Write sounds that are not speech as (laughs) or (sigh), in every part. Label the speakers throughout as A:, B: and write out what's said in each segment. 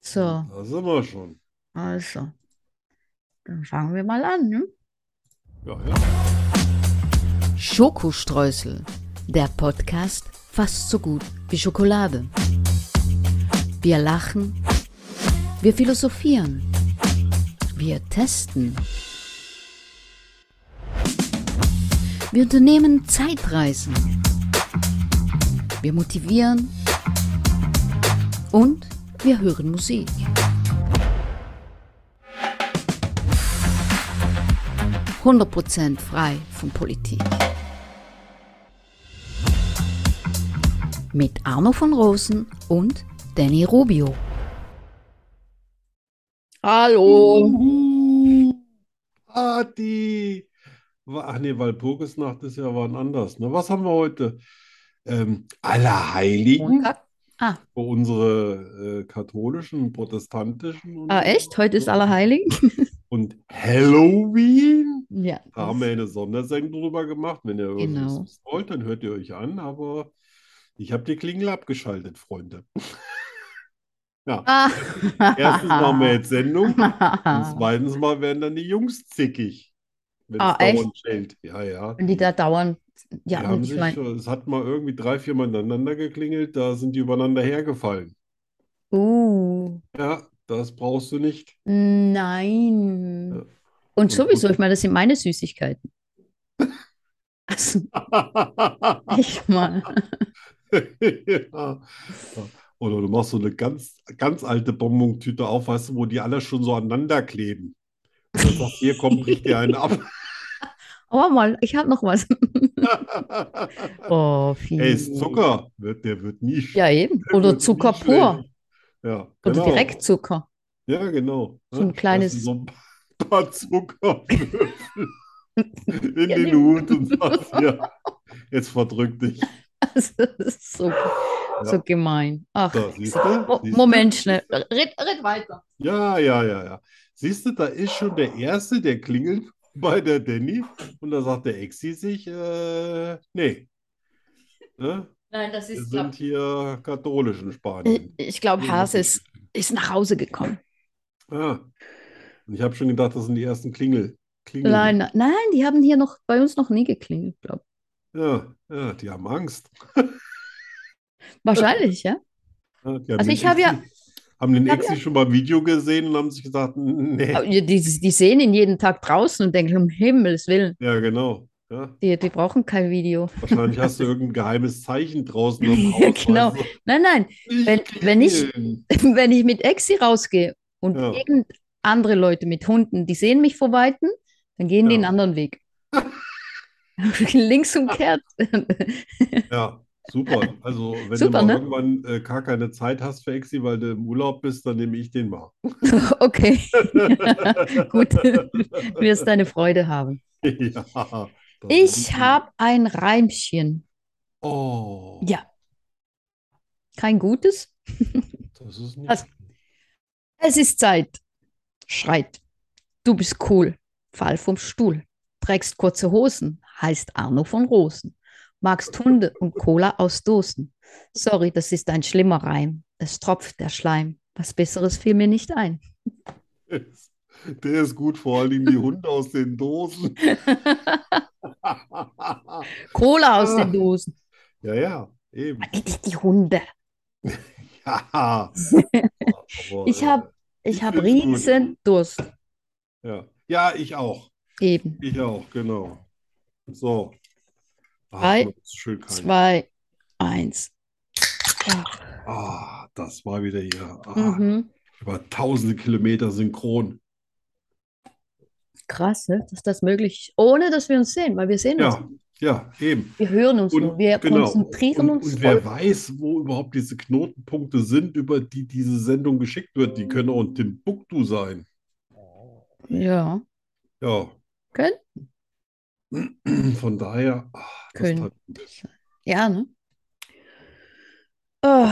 A: So,
B: Da sind wir schon.
A: also, dann fangen wir mal an. Ne?
B: Ja, ja.
C: Schokostreusel, der Podcast fast so gut wie Schokolade. Wir lachen, wir philosophieren, wir testen. Wir unternehmen Zeitreisen. Wir motivieren und wir hören Musik. Prozent frei von Politik. Mit Arno von Rosen und Danny Rubio.
A: Hallo.
B: Party. Wa- Ach nee, Walpurgisnacht ist ja wann anders. Ne? Was haben wir heute? Ähm, Allerheiligen.
A: Ah.
B: Für unsere äh, katholischen, protestantischen und,
A: Ah, echt? Heute ist Allerheiligen?
B: und Halloween.
A: Ja. (laughs)
B: Da haben wir eine Sondersendung drüber gemacht. Wenn ihr irgendwas
A: Genau.
B: wissen wollt, dann hört ihr euch an. Aber ich habe die Klingel abgeschaltet,
A: (laughs)
B: Freunde. ja,
A: Ah.
B: erstens machen wir
A: (laughs)
B: jetzt Sendung. Und
A: jetzt.
B: zweitens mal werden dann die Jungs zickig, wenn
A: Ah,
B: es dauernd schellt. Ja, ja.
A: Wenn die da dauern. Ja, und
B: Die haben
A: ich
B: sich,
A: meine,
B: es hat mal irgendwie drei, vier Mal ineinander geklingelt, da sind die übereinander hergefallen.
A: uh,
B: Ja, das brauchst du nicht. (laughs)
A: nein.
B: Ja.
A: Und sowieso, ich meine, das sind meine
B: (laughs)
A: Süßigkeiten. Also,
B: ja.
A: echt mal.
B: Oder du machst so eine ganz, ganz alte Bonbontüte auf, weißt du, wo die alle schon so aneinander kleben. Und dann sagst du, hier komm, brich dir einen ab.
A: Aber mal, ich habe noch was. Oh, viel.
B: (laughs) Ey, ist Zucker, wird, der wird nie
A: Ja, eben.
B: Der
A: Oder
B: wird nie
A: Zucker pur.
B: schlecht. Ja,
A: Oder
B: genau.
A: direkt Zucker.
B: Ja, genau.
A: So ein
B: Ja,
A: kleines-
B: also So ein paar Zuckerwürfel
A: (laughs)
B: in
A: Ja,
B: den
A: nimm.
B: Hut und sagst, ja, jetzt verdrück dich.
A: (laughs) Das ist so, so gemein. Ach, (laughs)
B: Da, siehst du?
A: Mo-
B: Siehst du?
A: Moment, schnell. Red, red weiter.
B: Ja, ja, ja, ja. Siehst du, da ist schon der Erste, der klingelt (laughs) bei der Danny und da sagt der Exi sich, äh, nee. Ne?
A: Nein, das
B: Wir
A: ist,
B: sind
A: glaub,
B: hier katholisch in Spanien.
A: Äh, ich glaube, Hase ist, ist nach Hause gekommen.
B: Ah. Und ich habe schon gedacht, das sind die ersten Klingel. Klingel.
A: Nein, nein, nein, die haben hier noch bei uns noch nie geklingelt, glaube ich.
B: Ja, ja, die haben Angst.
A: Wahrscheinlich, ja.
B: Ja, die haben
A: Also
B: den
A: ich habe ja-
B: Exi- haben den
A: ich habe
B: Exi schon mal ein Video gesehen und haben sich gesagt, nee.
A: Aber Die, die, die sehen ihn jeden Tag draußen und denken, um Himmels Willen,
B: Ja, genau. Ja,
A: die, die brauchen kein Video.
B: wahrscheinlich
A: (laughs)
B: hast du irgendein geheimes Zeichen draußen am
A: Ja,
B: Haus,
A: genau.
B: weißt
A: Nein, nein, (laughs)
B: du. Nicht
A: Wenn- wenn ich-
B: klingeln.
A: wenn ich mit Exi rausgehe und
B: Ja.
A: irgend andere Leute mit Hunden, die sehen mich vor Weitem, dann gehen die
B: Ja.
A: einen anderen Weg.
B: (laughs)
A: (laughs) Links umkehrt.
B: Ja, super. Also, wenn
A: Super,
B: du mal
A: ne?
B: irgendwann äh, gar keine Zeit hast für Exi, weil du im Urlaub bist, dann nehme ich
A: (laughs)
B: den mal. (laughs)
A: okay, (laughs) gut. Du wirst deine Freude haben.
B: Ja, das
A: Ich
B: ist-
A: habe ein Reimchen.
B: Oh,
A: Ja. Kein gutes.
B: das ist nicht.
A: Also- Es ist Zeit. Schreit. Du bist cool. Fall vom Stuhl. Trägst kurze Hosen. Heißt Arno von Rosen. Magst Hunde und Cola aus Dosen. Sorry, das ist ein schlimmer Reim. Es tropft der Schleim. Was Besseres fiel mir nicht ein.
B: Der ist gut, vor allen Dingen die Hunde aus
A: (laughs)
B: den Dosen. Ja,
A: Cola aus den Dosen.
B: ja, eben.
A: Die, die Hunde.
B: (laughs) Ja. Aber,
A: (laughs) Ich
B: äh,
A: habe ich hab
B: find's gut.
A: riesen Durst.
B: äh, Ja. ja, ich auch.
A: Eben.
B: Ich auch, genau. So. Ach,
A: Drei,
B: das ist schön kalt.
A: Zwei, eins. Ja.
B: Ah, das war wieder hier. Ah,
A: Mhm.
B: Über tausende Kilometer synchron.
A: Krass, ne? dass das möglich ist. Ohne, dass wir uns sehen, weil wir sehen uns.
B: Ja, ja, eben.
A: Wir hören uns
B: Und
A: nur, Also wir
B: genau.
A: konzentrieren
B: Und,
A: uns.
B: und wer
A: voll.
B: weiß, wo überhaupt diese Knotenpunkte sind, über die diese Sendung geschickt wird, die können auch in Timbuktu sein.
A: ja,
B: Ja.
A: Können?
B: Von daher, ah, ach, das
A: Können.
B: tat gut.
A: ja, ne? Oh,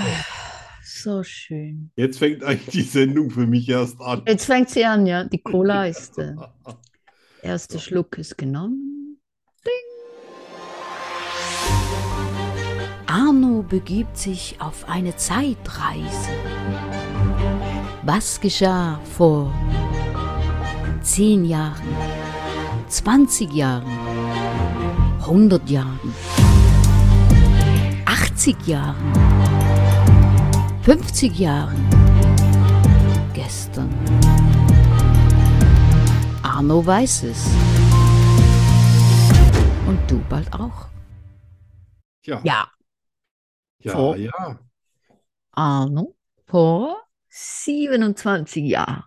A: so schön.
B: Jetzt fängt eigentlich die Sendung für mich erst an.
A: Jetzt fängt sie an, ja. Die
B: (laughs)
A: Cola ist äh, der
B: Ah,
A: erste Schluck ist genommen.
C: Arno begibt sich auf eine Zeitreise. Was geschah vor 10 Jahren, 20 Jahren, 100 Jahren, 80 Jahren, 50 Jahren, gestern? Arno weiß es. Und du bald auch.
B: Tja,
A: Ja,
B: ja,
A: vor-
B: ja.
A: Arno, vor 27 Jahren.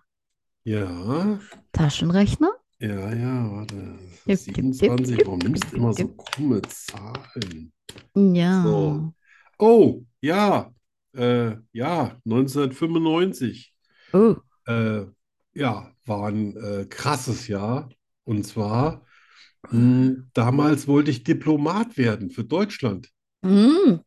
B: Ja,
A: Taschenrechner?
B: ja, ja, warte.
A: Tipp, tipp, tipp,
B: 27,
A: tipp,
B: warum nimmst du
A: tipp,
B: immer so
A: tipp.
B: krumme Zahlen?
A: Ja.
B: So. Oh, ja, äh, ja, 1995.
A: Oh,
B: äh, ja, war ein äh, krasses Jahr. Und zwar, mh, damals wollte ich Diplomat werden für Deutschland.
A: mm,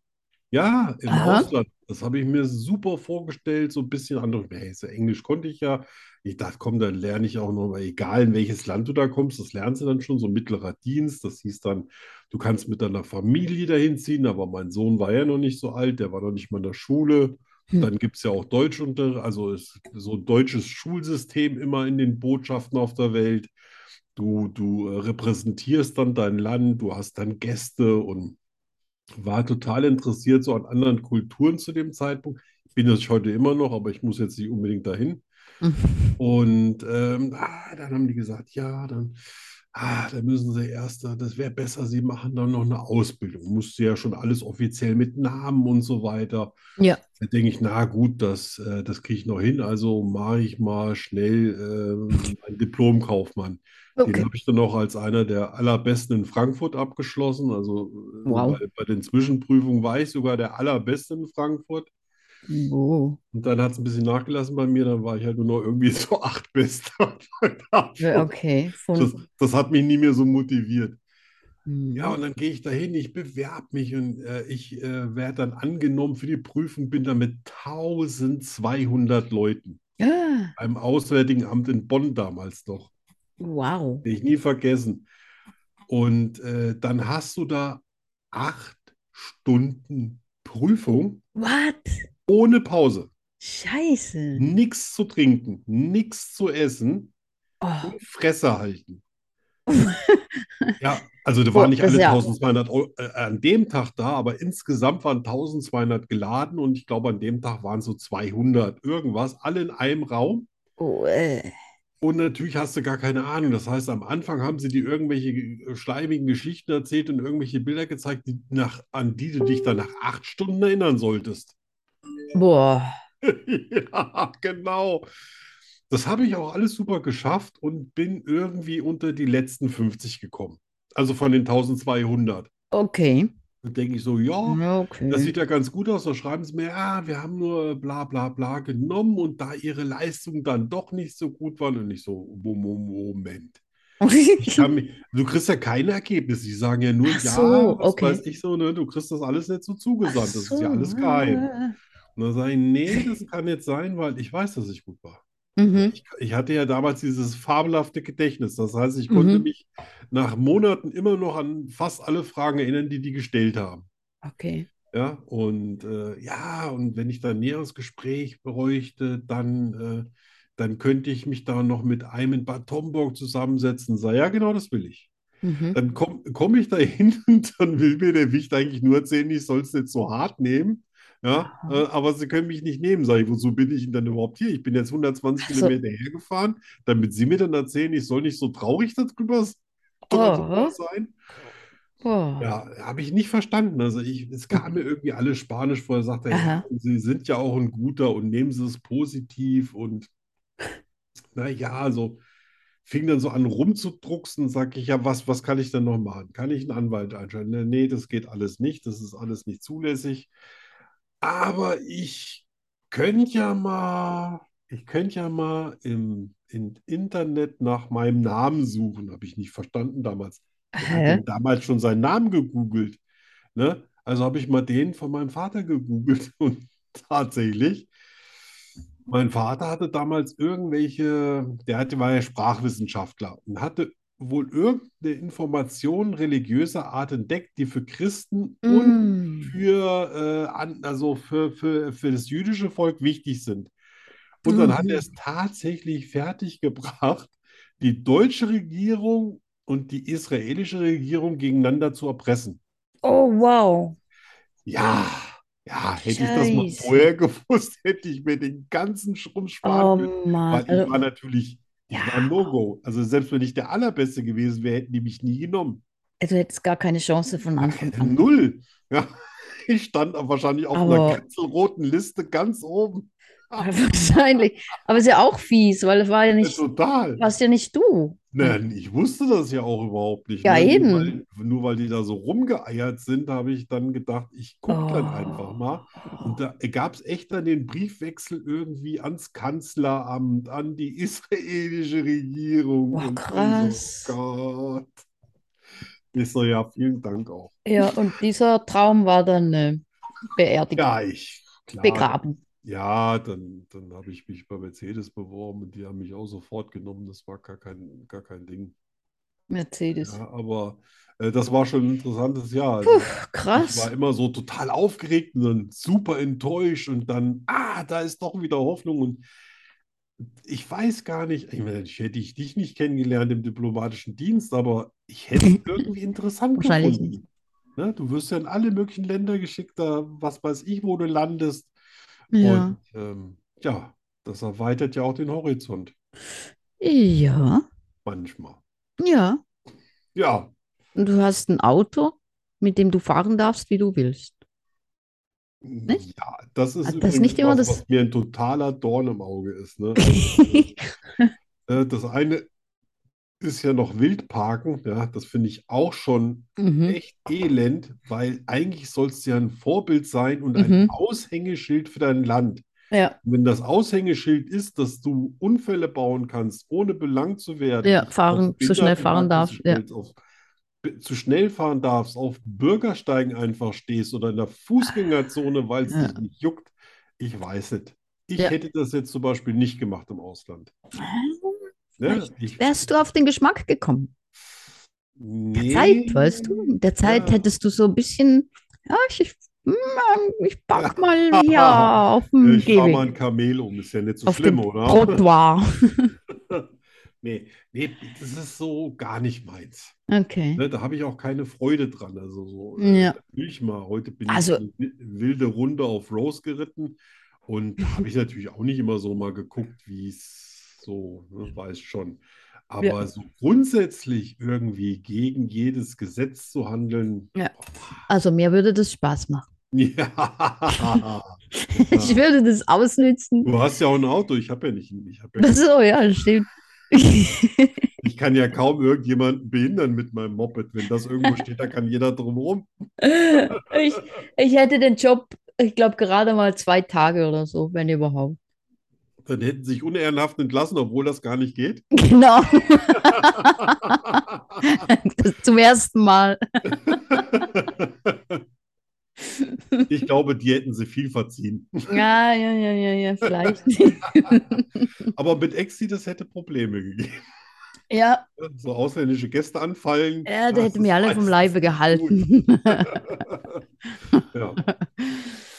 B: Ja, im
A: Aha.
B: Ausland. Das habe ich mir super vorgestellt, so ein bisschen andere. Nee, so Englisch konnte ich ja. Ich dachte, komm, dann lerne ich auch noch mal, egal in welches Land du da kommst, das lernst du dann schon, so mittlerer Dienst. Das hieß dann, du kannst mit deiner Familie dahin ziehen, aber mein Sohn war ja noch nicht so alt, der war noch nicht mal in der Schule.
A: Hm.
B: Dann gibt es ja auch Deutschunter, also ist so ein deutsches Schulsystem immer in den Botschaften auf der Welt. Du, du äh, repräsentierst dann dein Land, du hast dann Gäste und war total interessiert so an anderen Kulturen zu dem Zeitpunkt. Ich bin das heute immer noch, aber ich muss jetzt nicht unbedingt dahin. Und ähm, ah, dann haben die gesagt, ja, dann, ah, dann müssen sie erst, äh, das wäre besser, sie machen dann noch eine Ausbildung. Musste ja schon alles offiziell mit Namen und so weiter.
A: Ja.
B: Da denke ich, na gut, das, äh, das kriege ich noch hin, also mache ich mal schnell äh, ein Diplomkaufmann. Den
A: okay.
B: habe ich dann auch als einer der allerbesten in Frankfurt abgeschlossen. Also äh,
A: Wow.
B: bei, bei den Zwischenprüfungen war ich sogar der allerbeste in Frankfurt.
A: Oh.
B: Und dann hat es ein bisschen nachgelassen bei mir. Dann war ich halt nur noch irgendwie (laughs) so achtbester.
A: Ja, okay. Von,
B: das, das hat mich nie mehr so motiviert.
A: Hm.
B: Ja, und dann gehe ich dahin, ich bewerbe mich und äh, ich äh, werde dann angenommen für die Prüfung, bin dann mit 1200 Leuten
A: Ah,
B: beim Auswärtigen Amt in Bonn damals noch.
A: wow.
B: Werde ich nie vergessen. Und äh, dann hast du da acht Stunden Prüfung
A: What?
B: ohne Pause.
A: Scheiße.
B: Nichts zu trinken, nichts zu essen,
A: Oh, (laughs)
B: Fresse halten. Ja, also da waren
A: Boah,
B: nicht
A: das
B: alle
A: ist ja-
B: 1200 Euro, äh, an dem Tag da, aber insgesamt waren 1200 geladen und ich glaube, an dem Tag waren so 200 irgendwas, alle in einem Raum.
A: oh äh.
B: Und natürlich hast du gar keine Ahnung. Das heißt, am Anfang haben sie dir irgendwelche äh, schleimigen Geschichten erzählt und irgendwelche Bilder gezeigt, die nach, an die du dich dann nach acht Stunden erinnern solltest. (laughs)
A: Boah.
B: Ja, genau. Das habe ich auch alles super geschafft und bin irgendwie unter die letzten 50 gekommen. Also von den 1200.
A: Okay.
B: Dann denke ich so, ja,
A: Ja, Okay. (laughs)
B: Oh. das sieht ja ganz gut aus. Da schreiben sie mir, ja, wir haben nur bla bla bla genommen und da ihre Leistungen dann doch nicht so gut waren. Und ich so, Mo- Mo- Moment. Ich kann mich, du kriegst ja kein Ergebnis. Die sagen ja nur,
A: Ach
B: ja,
A: so,
B: was
A: okay.
B: weiß ich so, ne? Du kriegst das alles nicht so
A: Ach
B: zugesandt. Das ist ja
A: so,
B: alles geheim.
A: ah.
B: Und dann sage ich, nee, das kann nicht sein, weil ich weiß, dass ich gut war.
A: Mhm.
B: Ich, ich hatte ja damals dieses fabelhafte Gedächtnis. Das heißt, ich
A: Mhm.
B: konnte mich nach Monaten immer noch an fast alle Fragen erinnern, die die gestellt haben.
A: Okay.
B: Ja, und äh, ja, und wenn ich da ein näheres Gespräch bräuchte, dann, äh, dann könnte ich mich da noch mit einem in Bad Homburg zusammensetzen. Sag, ja, genau, das will ich.
A: Mhm.
B: Dann komme komm ich da (laughs) hin und dann will mir der Wicht eigentlich nur erzählen, ich soll es nicht so hart nehmen. Ja,
A: Aha.
B: äh, aber sie können mich nicht nehmen, sage ich, wozu bin ich denn dann überhaupt hier? Ich bin jetzt 120
A: Ach so.
B: Kilometer hergefahren, damit sie mir dann erzählen, ich soll nicht so traurig darüber s-
A: Oh.
B: drüber sein.
A: Boah.
B: Ja, habe ich nicht verstanden. Also ich, es kam mir irgendwie alles Spanisch vor, Er sagte, ja,
A: Aha.
B: Sie sind ja auch ein Guter und nehmen Sie es positiv und naja, also fing dann so an rumzudrucksen, sag ich, ja, was, was kann ich denn noch machen? Kann ich einen Anwalt einstellen? Ne, Nee, das geht alles nicht, das ist alles nicht zulässig. Aber ich könnte ja mal, ich könnte ja mal im, im Internet nach meinem Namen suchen, habe ich nicht verstanden damals. Wer hat
A: Hä?
B: denn damals schon seinen Namen gegoogelt? Ne? Also habe ich mal den von meinem Vater gegoogelt (laughs) und tatsächlich, mein Vater hatte damals irgendwelche, der hatte, war ja Sprachwissenschaftler und hatte wohl irgendeine Information religiöser Art entdeckt, die für Christen und
A: Mm.
B: für, äh, an, also für, für, für das jüdische Volk wichtig sind. Und dann hat
A: Mhm.
B: er es tatsächlich fertiggebracht, die deutsche Regierung und die israelische Regierung gegeneinander zu erpressen.
A: Oh, wow.
B: Ja, ja, hätte ich das mal
A: Scheiße.
B: vorher gewusst, (laughs) hätte ich mir den ganzen Schrumpf sparen
A: Oh,
B: können. Weil
A: Mann.
B: ich
A: Also,
B: war natürlich, ich
A: Ja.
B: war ein No-Go. Also selbst wenn ich der Allerbeste gewesen wäre, hätten die mich nie genommen.
A: du hättest also gar keine Chance von
B: (laughs)
A: Anfang an.
B: Null. Ja, (laughs) ich stand wahrscheinlich auf einer
A: Aber-
B: ganzen roten Liste ganz oben.
A: (laughs) Wahrscheinlich. Aber ist ja auch fies, weil es war ja
B: Also
A: nicht,
B: Total.
A: warst ja nicht du.
B: Nein, ich wusste das ja auch überhaupt nicht.
A: Ja,
B: ne?
A: eben.
B: Nur weil, nur weil die da so rumgeeiert sind, habe ich dann gedacht, ich gucke dann
A: Oh.
B: einfach mal. Und da gab es echt dann den Briefwechsel irgendwie ans Kanzleramt, an die (laughs) israelische Regierung.
A: Boah,
B: und ich so, Oh
A: krass.
B: Gott. Ich so, ja, vielen Dank auch.
A: Ja, und dieser Traum war dann äh, beerdigt,
B: Ja, ich, klar.
A: begraben.
B: Ja, dann, dann habe ich mich bei Mercedes beworben und die haben mich auch sofort genommen. Das war gar kein, gar kein Ding.
A: Mercedes.
B: Ja, aber äh, das war schon ein interessantes Jahr. Also,
A: Puh,
B: ich war
A: krass.
B: immer so total aufgeregt und dann super enttäuscht und dann, ah, da ist doch wieder Hoffnung. Und ich weiß gar nicht, ich meine, ich hätte ich dich nicht kennengelernt im diplomatischen Dienst, aber ich
A: (laughs)
B: hätte es irgendwie interessant
A: Wahrscheinlich
B: gefunden. Ne? Du wirst ja in alle möglichen Länder geschickt, da was weiß ich, wo du landest.
A: Ja.
B: Und ähm, ja, das erweitert ja auch den Horizont
A: Ja,
B: manchmal.
A: ja.
B: Ja,
A: Und du hast ein Auto, mit dem du fahren darfst, wie du willst. Nicht?
B: ja, das ist
A: Hat das
B: übrigens
A: nicht immer
B: was,
A: das-
B: was mir ein totaler Dorn im Auge ist. Ne? Äh, Das eine ist ja noch Wildparken, ja, das finde ich auch schon
A: (laughs) Mhm.
B: echt elend, weil eigentlich sollst du ja ein Vorbild sein und ein
A: Mhm.
B: Aushängeschild für dein Land.
A: Ja,
B: Wenn das Aushängeschild ist, dass du Unfälle bauen kannst, ohne belangt zu werden,
A: ja, fahren,
B: auf
A: so schnell fahren
B: Behindertenparkplätzen
A: darfst. Ja.
B: stellst, auf, zu schnell fahren darfst, auf Bürgersteigen einfach stehst oder in der Fußgängerzone, weil es
A: Ja.
B: dich nicht juckt. Ich weiß es. Ich
A: Ja.
B: hätte das jetzt zum Beispiel nicht gemacht im Ausland. Ne?
A: Vielleicht
B: Ich,
A: Wärst du auf den Geschmack gekommen? Der
B: nee,
A: Zeit, weißt du? In der Zeit
B: Ja.
A: hättest du so ein bisschen, ja, ich, ich, hm, ich pack
B: (laughs)
A: mal hier auf
B: Ja,
A: dem
B: Ich fahre mal
A: Gehweg,
B: ein Kamel um, ist ja nicht so
A: auf
B: schlimm,
A: dem
B: oder?
A: Trottoir.
B: (laughs) Nee, nee, das ist so gar nicht meins.
A: Okay.
B: Ne, da habe ich auch keine Freude dran. Also so, äh,
A: Ja.
B: da will ich mal. Heute bin ich
A: Also-
B: eine wi- wilde Runde auf Rose geritten und da habe ich natürlich auch nicht immer so mal geguckt, wie es so, ne, weiß schon. Aber
A: Ja.
B: so grundsätzlich irgendwie gegen jedes Gesetz zu handeln, (laughs)
A: Ja. Also mir würde das Spaß machen.
B: ja.
A: (laughs) Ich würde das ausnützen.
B: Du hast ja auch ein Auto, ich habe ja nicht, ich habe ja,
A: (laughs) So, ja, stimmt.
B: ich kann ja kaum irgendjemanden behindern mit meinem Moped. Wenn das irgendwo steht, da kann jeder drum rum.
A: Ich, ich hätte den Job, ich glaube, gerade mal zwei Tage oder so, wenn (laughs) überhaupt.
B: Dann hätten sie sich unehrenhaft entlassen, obwohl das gar nicht geht.
A: (laughs) Genau, das zum ersten Mal.
B: Ich glaube, die hätten sie viel verziehen.
A: Ja, ja, ja, ja, ja, vielleicht. (laughs)
B: Aber mit Exi, das hätte Probleme gegeben.
A: Ja,
B: So ausländische Gäste anfallen.
A: ja
B: das
A: der hätte
B: ist
A: mir alle vom
B: meistens
A: Leibe
B: nicht
A: gehalten. (laughs)
B: gut. Ja.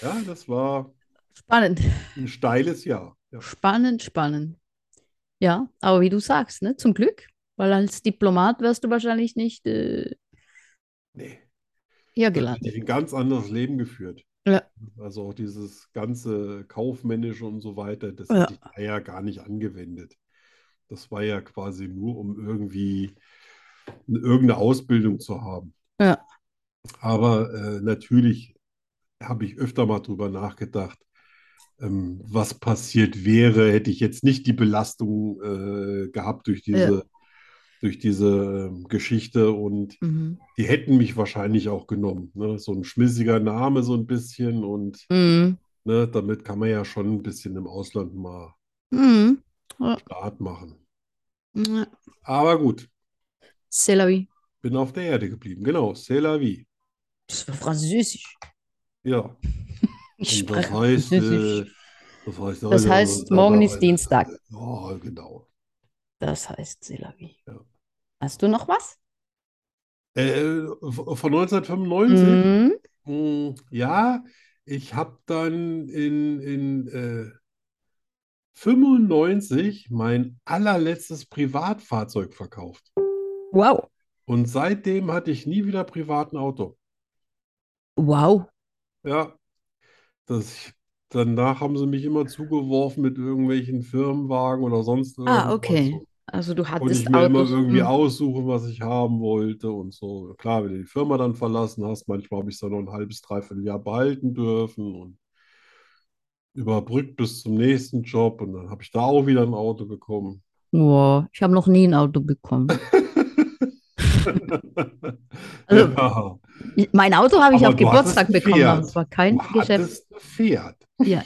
B: ja, das war
A: Spannend,
B: ein steiles Jahr. Ja.
A: spannend, spannend. Ja, aber wie du sagst, ne, zum Glück, weil als Diplomat wärst du wahrscheinlich nicht äh,
B: Nee.
A: hier
B: Das hätte
A: gelandet.
B: ich ein ganz anderes Leben geführt.
A: Ja.
B: Also auch dieses ganze Kaufmännische und so weiter, das
A: Ja.
B: hätte ich da ja gar nicht angewendet. Das war ja quasi nur, um irgendwie eine- irgendeine Ausbildung zu haben.
A: Ja.
B: Aber äh, natürlich habe ich öfter mal drüber nachgedacht, ähm, was passiert wäre, hätte ich jetzt nicht die Belastung äh, gehabt durch diese, durch diese ähm, Geschichte und
A: Mhm.
B: die hätten mich wahrscheinlich auch genommen. Ne? So ein schmissiger Name, so ein bisschen. Und
A: Mhm.
B: ne, damit kann man ja schon ein bisschen im Ausland mal
A: Mhm.
B: Start machen.
A: Ja.
B: Aber gut,
A: C'est la vie.
B: bin auf der Erde geblieben. Genau, c'est la vie.
A: Das war Französisch.
B: Ja.
A: Ich
B: Und das
A: spreche
B: heißt, äh,
A: Französisch.
B: das heißt,
A: Das heißt, morgen ist Dienstag.
B: Ja, genau.
A: Das heißt c'est la vie.
B: Ja.
A: Hast du noch was?
B: Äh, von Hm, 1995?
A: Mhm.
B: Mm, Ja, ich habe dann in, in äh, 95 mein allerletztes Privatfahrzeug verkauft.
A: Wow.
B: Und seitdem hatte ich nie wieder privat ein Auto.
A: Wow.
B: Ja, das, danach haben sie mich immer zugeworfen mit irgendwelchen Firmenwagen oder sonst irgendwas.
A: Ah, okay. Also du
B: Konnte ich
A: hattest
B: mir immer
A: Autos.
B: irgendwie
A: Hm.
B: aussuchen, was ich haben wollte und so. Klar, wenn du die Firma dann verlassen hast, manchmal habe ich es dann noch ein halbes, dreiviertel Jahr behalten dürfen und überbrückt bis zum nächsten Job und dann habe ich da auch wieder ein Auto bekommen. (laughs)
A: Wow. Ich habe noch nie ein Auto bekommen. Also,
B: Ja,
A: Mein Auto habe ich
B: Aber
A: auf
B: du
A: Geburtstag
B: hattest ein
A: bekommen, aber es
B: Pferd.
A: war kein
B: du
A: Geschäft.
B: hattest ein Pferd.
A: Ja,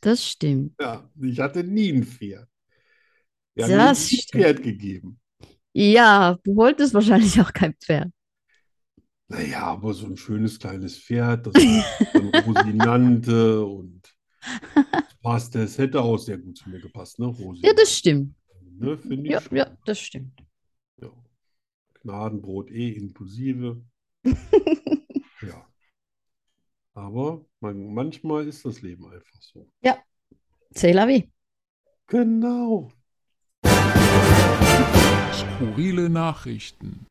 A: das stimmt.
B: Ja, ich hatte nie ein Pferd. Die haben mir
A: Das
B: nie ein
A: stimmt.
B: Pferd gegeben.
A: Ja, du wolltest wahrscheinlich auch kein Pferd.
B: Naja, aber so ein schönes kleines Pferd, das dann
A: (laughs)
B: rosinante und das passt, das hätte auch sehr gut zu mir gepasst, ne?
A: Ja,
B: Rosinante,
A: das stimmt.
B: ne? Finde ich
A: Ja,
B: schon.
A: ja, das stimmt.
B: Ja. Gnadenbrot eh
A: (laughs)
B: inklusive. Ja. Aber man, manchmal ist das Leben einfach so.
A: C'est la vie.
B: Genau.
D: Skurrile Nachrichten.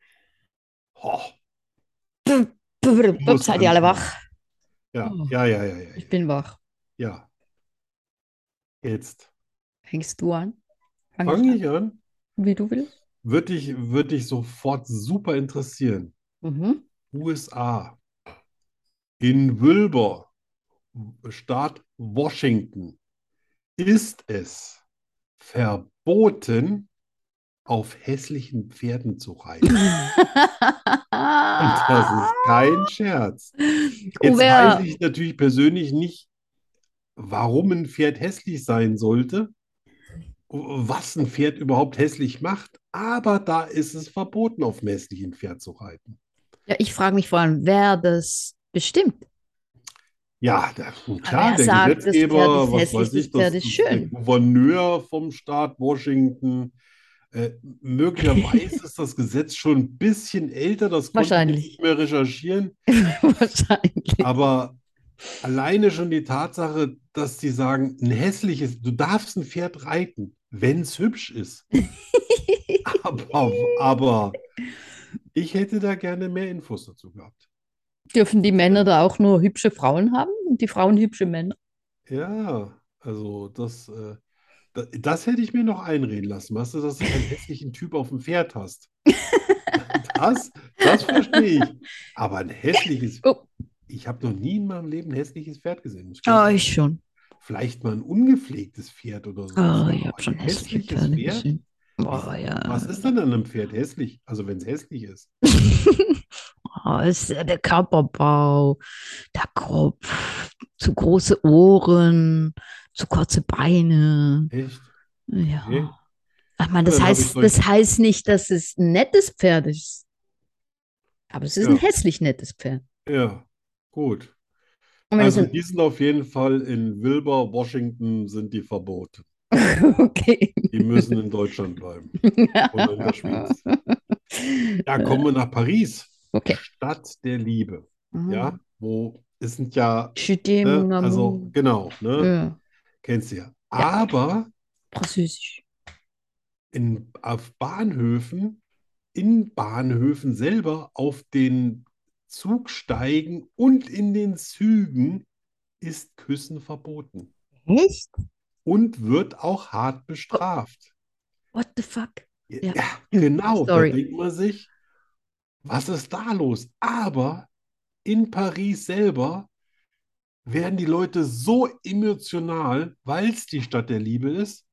B: Ho,
A: Brr,
B: Du
A: brr,
B: musst
A: Seid ihr alle
B: anfangen.
A: wach?
B: Ja,
A: Oh.
B: ja, ja, ja, ja,
A: Ich bin wach.
B: ja. Jetzt
A: Fängst du an? Fang ich
B: fange
A: an,
B: ich an.
A: wie du willst.
B: Würde dich, würd dich sofort super interessieren.
A: Mhm.
B: USA. In Wilbur, Staat Washington, ist es verboten, auf hässlichen Pferden zu reiten. Und
A: Ah.
B: das ist kein
A: Oh,
B: Scherz. Jetzt
A: Uwe,
B: weiß ich natürlich persönlich nicht, warum ein Pferd hässlich sein sollte, was ein Pferd überhaupt hässlich macht, aber da ist es verboten, auf einem hässlichen Pferd zu reiten.
A: ja, ich frage mich vor allem, wer das bestimmt.
B: Ja, da,
A: Aber
B: klar,
A: er
B: der
A: sagt, das Pferd
B: Gesetzgeber,
A: ist
B: was
A: hässlich,
B: weiß
A: das
B: ich, das,
A: Pferd ist
B: das-
A: schön.
B: der Gouverneur vom Staat Washington. Äh,
A: (laughs)
B: möglicherweise ist das Gesetz schon ein bisschen älter, das konnte ich
A: Wahrscheinlich.
B: nicht mehr recherchieren.
A: (laughs) Wahrscheinlich.
B: Aber alleine schon die Tatsache, dass die sagen, ein hässliches, du darfst ein Pferd reiten, wenn es hübsch ist. Aber, aber ich hätte da gerne mehr Infos dazu gehabt.
A: Dürfen die Männer da auch nur hübsche Frauen haben und die Frauen hübsche Männer?
B: Ja, also das, äh, das, das hätte ich mir noch einreden lassen, weißt du, dass du einen hässlichen Typ auf dem Pferd hast. Das, das verstehe ich. Aber ein hässliches,
A: Oh,
B: ich habe noch nie in meinem Leben ein hässliches Pferd gesehen. muss ich
A: oh
B: sagen.
A: ich schon.
B: Vielleicht mal ein ungepflegtes Pferd oder so.
A: Oh,
B: Aber
A: ich habe
B: ein
A: schon hässliche
B: hässliches
A: Pferde
B: Pferd?
A: gesehen. Oh,
B: Was-
A: ja. (laughs)
B: Was ist denn an einem Pferd hässlich? Also wenn es hässlich ist.
A: Oh, ist ja der Körperbau, der Kopf, zu große Ohren, zu kurze Beine.
B: Echt?
A: Ja.
B: Okay.
A: Ach man, das
B: Dann hab ich
A: heißt,
B: so-
A: das heißt nicht, dass es ein nettes Pferd ist. Aber es ist ein
B: Ja.
A: hässlich nettes Pferd.
B: Ja, gut.
A: Und wenn es
B: Also die sind auf jeden Fall in Wilbur, Washington sind die verboten.
A: ein- (laughs) okay.
B: Die müssen in Deutschland bleiben. Und in der Schweiz.
A: Hm.
B: Ja,
A: (laughs)
B: kommen wir nach Paris.
A: Okay. Mhm.
B: Stadt der Liebe. Ja, wo es sind ja,
A: Je t'aime,
B: ne,
A: mon
B: also
A: amour.
B: genau, ne,
A: Mhm. Ja,
B: kennst du ja. Aber
A: Französisch.
B: in, auf Bahnhöfen, in Bahnhöfen selber, auf den Zugsteigen und in den Zügen ist Küssen verboten
A: Echt?
B: und wird auch hart bestraft.
A: What the fuck? Ja.
B: Ja, (laughs) genau, da
A: Sorry.
B: denkt man sich, was ist da los? Aber in Paris selber werden die Leute so emotional, weil es die Stadt der Liebe ist,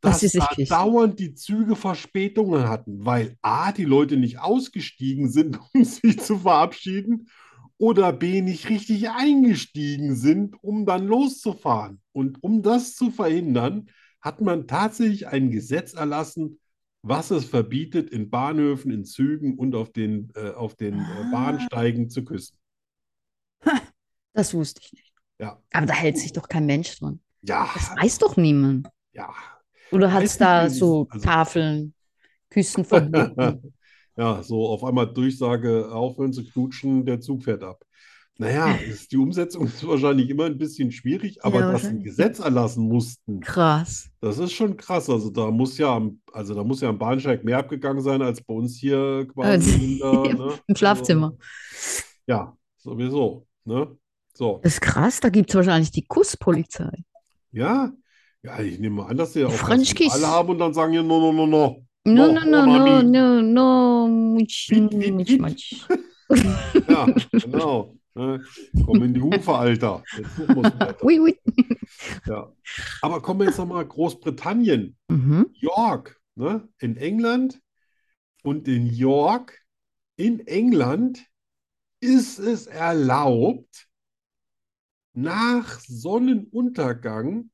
A: Dass
B: dass
A: sie sich
B: da
A: küssen.
B: dauernd die Züge Verspätungen hatten, weil A, die Leute nicht ausgestiegen sind, (laughs) um sich zu verabschieden, oder B, nicht richtig eingestiegen sind, um dann loszufahren. Und um das zu verhindern, hat man tatsächlich ein Gesetz erlassen, was es verbietet, in Bahnhöfen, in Zügen und auf den, äh, auf den
A: Ah.
B: äh, Bahnsteigen zu küssen.
A: Das wusste ich nicht.
B: Ja,
A: Aber da hält sich doch kein Mensch dran.
B: ja,
A: Das weiß doch niemand.
B: (laughs) ja. (laughs)
A: Oder hat
B: Weiß
A: es da
B: nicht, wie-
A: so
B: also-
A: Tafeln, Küssen
B: (laughs)
A: verboten?
B: Ja, so auf einmal Durchsage, aufhören zu knutschen, der Zug fährt ab.
A: (laughs)
B: Naja, ist, die Umsetzung (laughs) ist wahrscheinlich immer ein bisschen schwierig, aber
A: Ja,
B: dass sie ein
A: wahrscheinlich.
B: Gesetz erlassen mussten,
A: Krass.
B: das ist schon krass. Also da muss ja am, also da muss ja am Bahnsteig mehr abgegangen sein als bei uns hier quasi.
A: Also,
B: in der, ne?
A: Äh, (laughs) Im Schlafzimmer.
B: Also, ja, sowieso. Ne? So.
A: Das ist krass, da gibt es wahrscheinlich die Kusspolizei.
B: Ja. Ja, ich nehme mal an, dass sie ja auch
A: French
B: ganz
A: Kiss.
B: alle haben und dann sagen ja, no, no, no, no.
A: No,
B: Oh,
A: no, no, no,
B: Mami.
A: no, no, much,
B: Piep, piep,
A: much,
B: piep.
A: much. (laughs)
B: Ja, genau. Ne? Komm in die Hufe, Alter. Jetzt suchen wir's weiter.
A: Ui, ui.
B: Ja. Aber kommen wir jetzt nochmal Großbritannien.
A: Mhm.
B: York, ne, in England und in York in England ist es erlaubt, nach Sonnenuntergang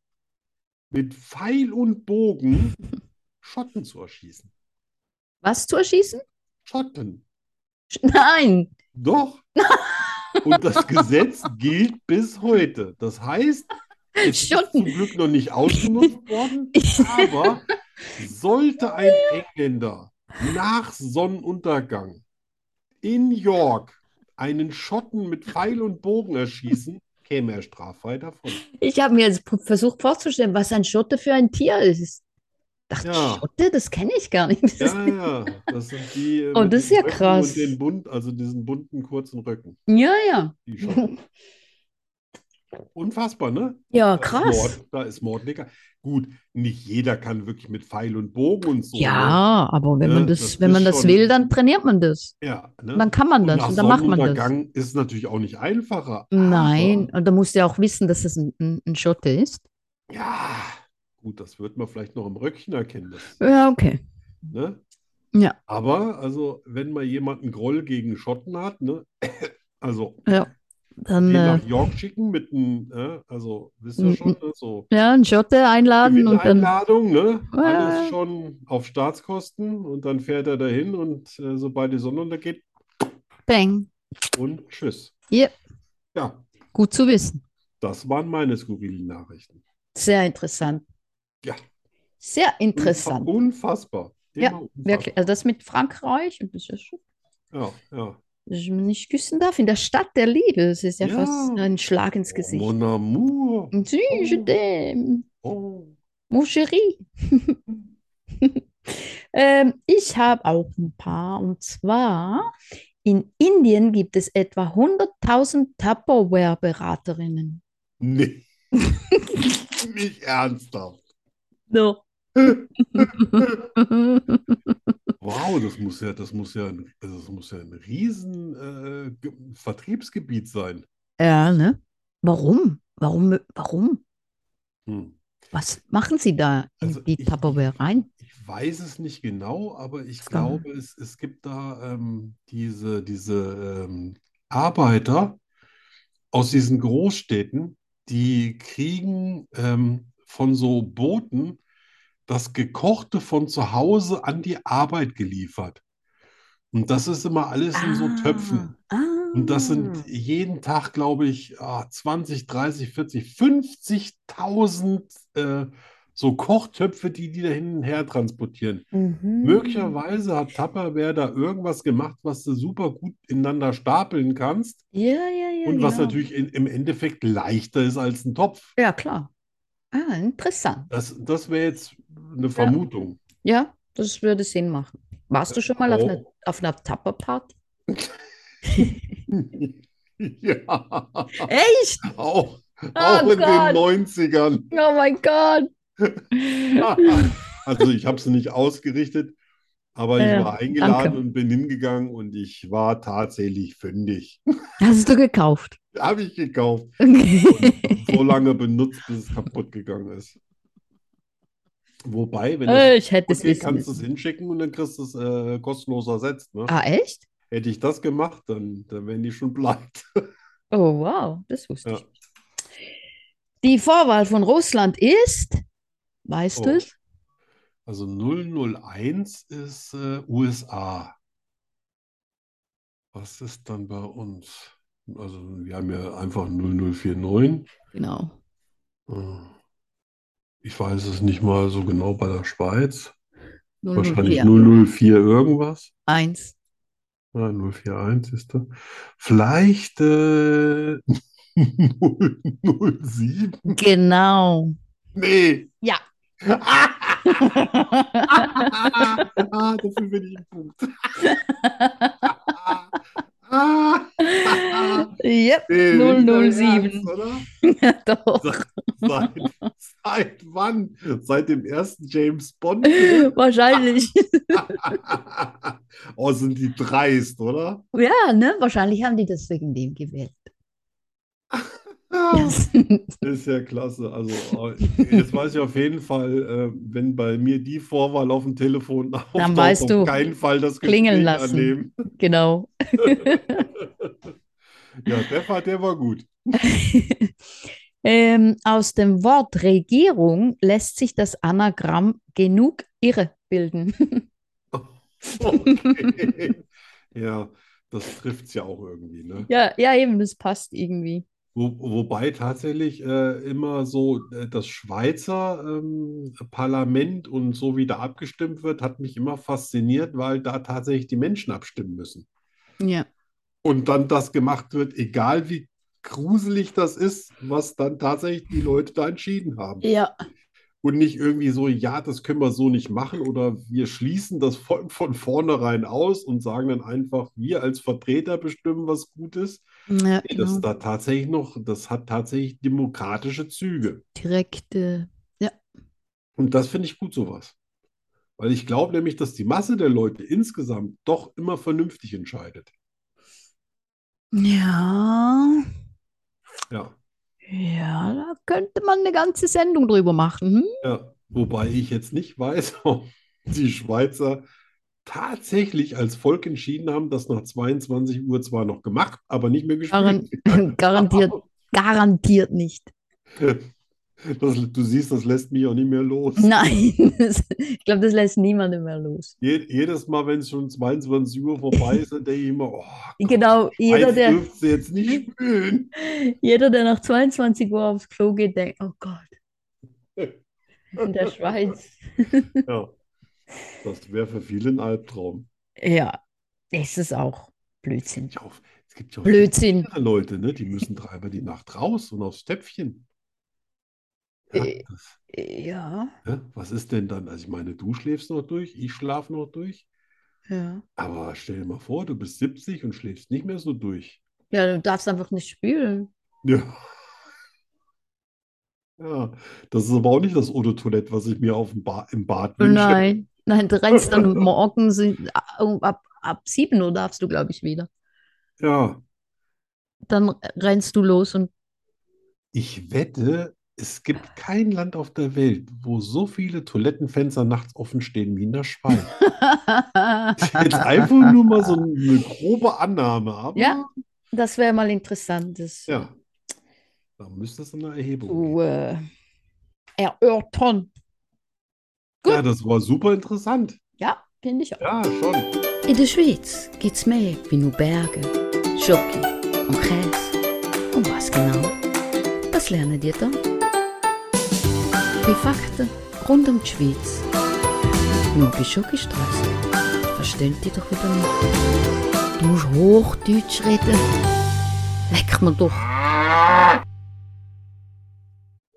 B: mit Pfeil und Bogen Schotten zu erschießen.
A: Was zu erschießen? (laughs)
B: Schotten,
A: Nein.
B: doch.
A: (laughs)
B: Und das Gesetz gilt bis heute. Das heißt, es ist
A: Schotten.
B: zum Glück noch nicht ausgenutzt worden, aber sollte ein Engländer nach Sonnenuntergang in York einen Schotten mit Pfeil und Bogen erschießen, käme er straffrei davon.
A: Ich habe mir jetzt p- versucht vorzustellen, was ein Schotte für ein Tier ist. Ach,
B: Ja.
A: Schotte, das kenne ich gar nicht. Das
B: Ja, ja, das sind die äh,
A: Oh,
B: mit
A: das ist
B: den
A: ja
B: Röcken
A: krass.
B: und den bunt, also diesen bunten kurzen Röcken.
A: (laughs) Ja, ja.
B: Die Schotten. Unfassbar, ne?
A: (laughs) Ja,
B: Da
A: Ah,
B: ist
A: krass.
B: Mord, da ist Mord lecker. Gut, nicht jeder kann wirklich mit Pfeil und Bogen und so. ne?
A: Ja, aber wenn
B: Ja,
A: man das,
B: das
A: wenn
B: ist
A: man das
B: schon-
A: will, dann trainiert man das.
B: Ja, ne?
A: Und dann kann man
B: Und
A: das
B: nach
A: und dann macht man das.
B: Sonnenuntergang ist es natürlich auch nicht einfacher.
A: Nein, und da musst du ja auch wissen, dass es ein, ein, ein Schotte ist.
B: Aber, ja, gut, das wird man vielleicht noch im Röckchen erkennen. Das,
A: Ja, okay.
B: ne?
A: Ja.
B: Aber, also, wenn mal jemand einen Groll gegen Schotten hat, ne? (coughs) Also,
A: Dann
B: den
A: äh,
B: nach York schicken mit einem, äh, also, wisst ihr
A: Mhm.
B: schon, ne? so
A: ja, einen Schotte einladen und dann.
B: Gewinneinladung, ne?
A: Ah.
B: Alles schon auf Staatskosten und dann fährt er dahin und äh, sobald die Sonne untergeht
A: Bang.
B: und tschüss.
A: Yep.
B: Ja,
A: Gut zu wissen.
B: das waren meine skurrilen Nachrichten.
A: Sehr interessant.
B: Ja.
A: Sehr interessant.
B: Unfassbar.
A: Ja,
B: Immer unfassbar.
A: Wirklich. Also das mit Frankreich und das ist schon.
B: Ja, ja.
A: dass ich mich nicht küssen darf in der Stadt der Liebe. Das ist ja,
B: Ja.
A: fast ein Schlag ins Gesicht.
B: Oh, Mon amour.
A: Und sie,
B: Oh.
A: je t'aime,
B: Oh.
A: mon chéri. (laughs) ähm, ich habe auch ein paar. Und zwar, in Indien gibt es etwa 100.000 Tupperware-Beraterinnen. (laughs)
B: Nee. Nicht ernsthaft. (laughs)
A: (laughs) So.
B: Wow, das muss ja, das muss ja ein, also das muss ja ein riesen äh, Ge- Vertriebsgebiet sein.
A: ja, ne? Warum? Warum? Warum?
B: Hm.
A: Was machen sie da in
B: Also
A: die
B: ich-
A: Tupperware rein?
B: Ich weiß es nicht genau, aber ich
A: Ist gar-
B: glaube, es, es gibt da ähm, diese, diese ähm, Arbeiter aus diesen Großstädten, die kriegen ähm, von so Booten das Gekochte von zu Hause an die Arbeit geliefert. Und das ist immer alles in so Töpfen.
A: Ah,
B: Und das
A: ah.
B: sind jeden Tag, glaube ich, ah, 20, 30, 40, 50.000 äh, so Kochtöpfe, die die da hin und her transportieren.
A: Mhm.
B: Möglicherweise hat Tupperware da irgendwas gemacht, was du super gut ineinander stapeln kannst
A: Ja, ja, ja.
B: und was
A: genau.
B: natürlich in, im Endeffekt leichter ist als ein Topf.
A: Ja, klar. Ah, interessant.
B: Das, das wäre jetzt eine Vermutung. (laughs)
A: Ja, das würde Sinn machen. Warst du schon mal auf
B: Oh.
A: einer, auf einer Tupper-Party? (laughs)
B: Ja,
A: Echt?
B: auch, auch in
A: Oh
B: den
A: Gott.
B: 90ern.
A: Oh mein Gott.
B: Also ich habe sie nicht ausgerichtet, aber ich
A: Ja,
B: war eingeladen
A: danke.
B: und bin hingegangen und ich war tatsächlich fündig. (laughs)
A: Hast du gekauft?
B: Habe (laughs) ich gekauft
A: (laughs)
B: und
A: ich
B: so lange benutzt, bis es kaputt gegangen ist. Wobei, wenn es
A: hätte es Äh,
B: kaputt geht,
A: wissen
B: kannst du es
A: müssen.
B: hinschicken und dann kriegst du es äh, kostenlos ersetzt. Ne?
A: Ah, echt?
B: Hätte ich das gemacht, dann, dann wären die schon (laughs) pleite.
A: Oh, wow, das wusste
B: Ja.
A: ich. Die Vorwahl von Russland ist, weißt du
B: Oh.
A: es?
B: Also 001 ist äh, USA. Was ist dann bei uns? Also wir haben ja einfach 0049.
A: Genau.
B: Äh, Ich weiß es nicht mal so genau bei der Schweiz. Wahrscheinlich
A: 004.
B: 004 irgendwas.
A: 1.
B: Ah, 041 ist da. Vielleicht äh, (laughs) 007?
A: Genau. (laughs)
B: Nee.
A: Ja.
B: Ah, ah, ah, dafür bin ich ein Punkt. Ah, ah, ah,
A: yep,
B: nee, nicht dein
A: 007.
B: Ernst, oder?
A: (laughs) doch.
B: Seit, seit wann? Seit dem ersten James Bond-Film?
A: Wahrscheinlich.
B: (laughs)
A: (laughs)
B: Oh, sind die dreist, oder?
A: Ja, ne? Wahrscheinlich haben die das wegen dem gewählt. Oh.
B: Ja. Ist ja klasse. Also, äh, jetzt weiß ich auf jeden Fall, äh, wenn bei mir die Vorwahl auf dem Telefon Dann auftaucht,
A: weißt
B: auf
A: du,
B: keinen Fall das
A: klingeln
B: Gespräch
A: lassen.
B: annehmen.
A: (laughs) genau. (laughs)
B: Ja, der war, der war gut.
A: Ähm, aus dem Wort Regierung lässt sich das Anagramm genug irre bilden. (laughs)
B: Okay. (laughs) Ja, das trifft es ja auch irgendwie, ne?
A: ja, ja, eben, das passt irgendwie.
B: Wo, wobei tatsächlich äh, immer so äh, das Schweizer ähm, Parlament und so wie da abgestimmt wird, hat mich immer fasziniert, weil da tatsächlich die Menschen abstimmen müssen.
A: Ja.
B: Und dann das gemacht wird, egal wie gruselig das ist, was dann tatsächlich die Leute da entschieden haben.
A: Ja.
B: Und nicht irgendwie so, ja, das können wir so nicht machen oder wir schließen das Volk von vornherein aus und sagen dann einfach, wir als Vertreter bestimmen, was gut ist.
A: ja
B: Nee, Das
A: genau.
B: da tatsächlich noch, das hat tatsächlich demokratische Züge.
A: Direkte.
B: Und das finde ich gut, sowas. Weil ich glaube nämlich, dass die Masse der Leute insgesamt doch immer vernünftig entscheidet.
A: Ja.
B: Ja.
A: Ja, da könnte man eine ganze Sendung drüber machen. Hm?
B: Ja, wobei ich jetzt nicht weiß, (laughs) ob die Schweizer tatsächlich als Volk entschieden haben, dass nach 22 Uhr zwar noch gemacht, aber nicht mehr gespielt.
A: (laughs) Garan hm? garantiert, garantiert (laughs) nicht.
B: Das, du siehst, das lässt mich auch nicht mehr los.
A: Nein, das, ich glaube, das lässt niemanden mehr los.
B: Je, jedes Mal, wenn es schon 22 Uhr vorbei ist, dann denke ich immer, oh,
A: (laughs) Genau, jeder,
B: eins
A: der, Hm.
B: dürft's jetzt
A: (laughs)
B: nicht spülen.
A: jeder, der nach 22 Uhr aufs Klo geht, denkt, oh (laughs) Gott, in der Schweiz.
B: Ja. Das wäre für viele ein Albtraum.
A: Ja, es ist auch Blödsinn.
B: Ja, auf- Es gibt ja auch
A: Blödsinn.
B: andere Leute, ne? Die müssen dreimal die Nacht raus und aufs Töpfchen. Ja,
A: Äh,
B: das,
A: Ja,
B: Ne? Was ist denn dann? Also ich meine, du schläfst noch durch, ich schlafe noch durch.
A: ja.
B: Aber stell dir mal vor, du bist 70 und schläfst nicht mehr so durch.
A: Ja, du darfst einfach nicht spülen.
B: Ja. Ja, das ist aber auch nicht das Eau-de-Toilette, was ich mir auf dem ba im Bad wünsche.
A: Nein, nein, du rennst dann
B: (laughs)
A: morgen sind- ab, ab 7 Uhr darfst du, glaube ich, wieder.
B: Ja,
A: Dann rennst du los und
B: ich wette, es gibt kein Land auf der Welt, wo so viele Toilettenfenster nachts offen stehen wie in der Schweiz. Jetzt einfach nur mal so eine grobe Annahme, aber
A: Ja. Oh, Das wäre mal interessant. Das
B: ja, da müsste es eine Erhebung geben.
A: zu äh, erörtern. Gut.
B: Ja, das war super interessant.
A: Ja, finde ich auch.
B: Ja, schon.
C: In der Schweiz gibt's mehr wie nur Berge, Schoki und Käse. Und was genau? Das lernen ihr dann. Die Fakten rund um die Schweiz. Nur bei Schokistraße. Versteht ihr doch wieder nicht. Du musst Hochdeutsch reden. Leck mir doch.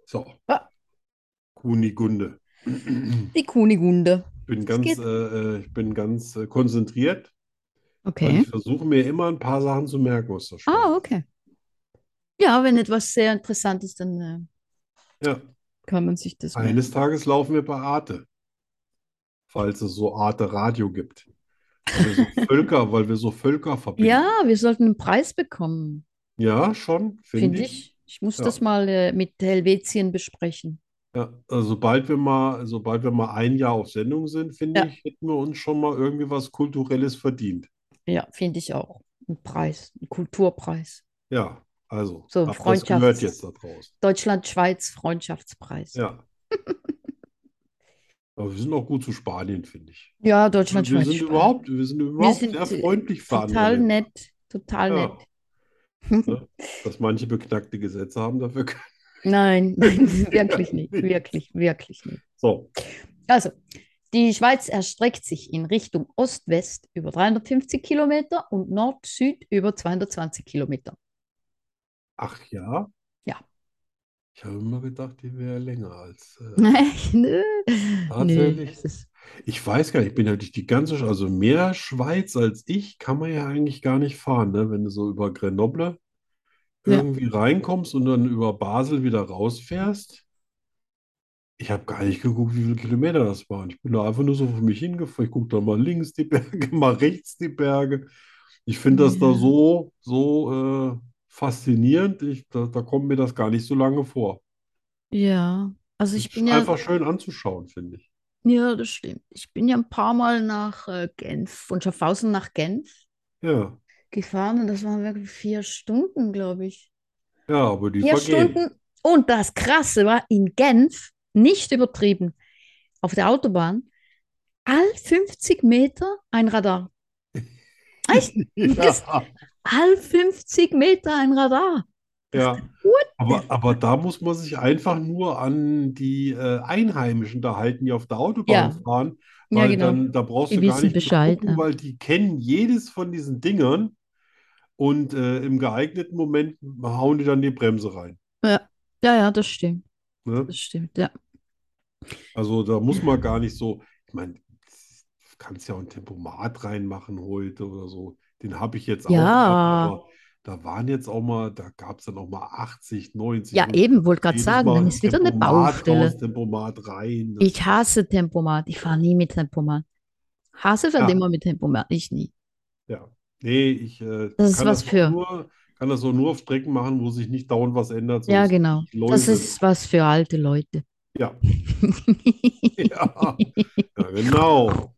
B: So.
A: Ah.
B: Kunigunde. Ich
A: Die Kunigunde.
B: bin ganz,
A: geht.
B: äh, äh, ich bin ganz äh, konzentriert, weil
A: Okay.
B: Also ich versuche mir immer ein paar Sachen zu merken aus der Schule.
A: Ah, okay. Ja, wenn etwas sehr interessant ist, dann äh,
B: Ja.
A: kann man sich das merken.
B: Eines Tages laufen wir bei Arte. Falls es so Arte Radio gibt. Weil wir
A: (laughs)
B: so Völker, weil wir so Völker verbinden.
A: Ja, wir sollten einen Preis bekommen,
B: Ja, schon,
A: finde
B: finde ich.
A: ich. Ich muss
B: Ja.
A: das mal äh, mit Helvetien besprechen.
B: Ja, also sobald wir mal, sobald wir mal ein Jahr auf Sendung sind, finde
A: Ja.
B: ich, hätten wir uns schon mal irgendwie was Kulturelles verdient.
A: Ja, finde ich auch. Ein Preis, ein Kulturpreis.
B: Ja, also,
A: So,
B: habt ihr das
A: Freundschafts-
B: gehört jetzt da draußen?
A: Deutschland-Schweiz-Freundschaftspreis. (laughs)
B: Ja. Aber wir sind auch gut zu Spanien, finde ich.
A: Ja,
B: Wir
A: Deutschland, Schweiz,
B: sind
A: Spanien.
B: überhaupt, wir sind überhaupt
A: sind,
B: sehr
A: äh,
B: freundlich für andere
A: Total
B: Länder.
A: nett, total
B: Ja.
A: nett.
B: Dass manche beknackte Gesetze haben dafür. keine-
A: (laughs)
B: (laughs)
A: Nein, nein, wirklich nicht,
B: nicht.
A: wirklich, wirklich nicht.
B: So,
A: Also, Die Schweiz erstreckt sich in Richtung Ost-West über 350 Kilometer und Nord-Süd über 220 Kilometer. (laughs)
B: Ach ja?
A: Ja.
B: Ich habe immer gedacht, die wäre länger als.
A: (laughs)
B: Äh,
A: Nö. Nö,
B: tatsächlich.
A: ne? das ist,
B: Ich weiß gar nicht, ich bin ja durch die ganze, Sch- also mehr Schweiz als ich kann man ja eigentlich gar nicht fahren, ne? Wenn du so über Grenoble
A: Ja.
B: irgendwie reinkommst und dann über Basel wieder rausfährst. Ich habe gar nicht geguckt, wie viele Kilometer das waren. Ich bin da einfach nur so für mich hingefahren. Ich gucke da mal links die Berge, (laughs) mal rechts die Berge. Ich finde das da
A: Ja.
B: so, so äh, faszinierend. Ich, da, da kommt mir das gar nicht so lange vor.
A: ja, also
B: Es
A: ich
B: ist
A: bin ja,
B: einfach schön anzuschauen, finde ich.
A: ja, das stimmt. Ich bin ja ein paar Mal nach äh, Genf, von Schaffhausen nach Genf
B: Ja,
A: gefahren und das waren wirklich vier Stunden, glaube ich.
B: ja, aber die
A: Vier
B: vergehen.
A: Stunden. Und das Krasse war, in Genf, nicht übertrieben, auf der Autobahn, all 50 Meter ein Radar.
B: (laughs)
A: Echt? Das-
B: Ja,
A: All 50 Meter ein Radar.
B: ja.
A: What
B: Aber, aber da muss man sich einfach nur an die äh, Einheimischen da halten, die auf der Autobahn
A: Ja.
B: fahren,
A: Ja,
B: weil
A: genau.
B: dann, da brauchst
A: Die
B: du gar
A: wissen
B: nicht zu
A: Bescheid, ne?
B: gucken,
A: ja.
B: weil die kennen jedes von diesen Dingern und äh, im geeigneten Moment hauen die dann die Bremse rein.
A: Ja, ja, das stimmt.
B: Ne?
A: Das stimmt, ja.
B: Also da muss man gar nicht so, ich meine, du kannst ja auch ein Tempomat reinmachen heute oder so. Den habe ich jetzt auch,
A: Ja.
B: aber da waren jetzt auch mal, da gab es dann auch mal 80, 90
A: Ja,
B: und
A: eben, wollte gerade
B: jedes
A: sagen,
B: Mal
A: dann ist wieder eine
B: Tempomat raus,
A: Baustelle.
B: Tempomat rein. Das-
A: Ich hasse Tempomat. Ich fahre nie mit Tempomat. Hase fährt
B: Ja.
A: immer mit Tempomat. Ich nie.
B: Ja, nee, ich äh,
A: Das ist
B: kann
A: was
B: das auch
A: für-
B: nur, kann das auch nur auf Strecken machen, wo sich nicht dauernd was ändert,
A: Ja,
B: sonst
A: genau.
B: die Leute.
A: Das ist was für alte Leute.
B: Ja, (laughs) ja, ja,
A: (laughs)
B: genau.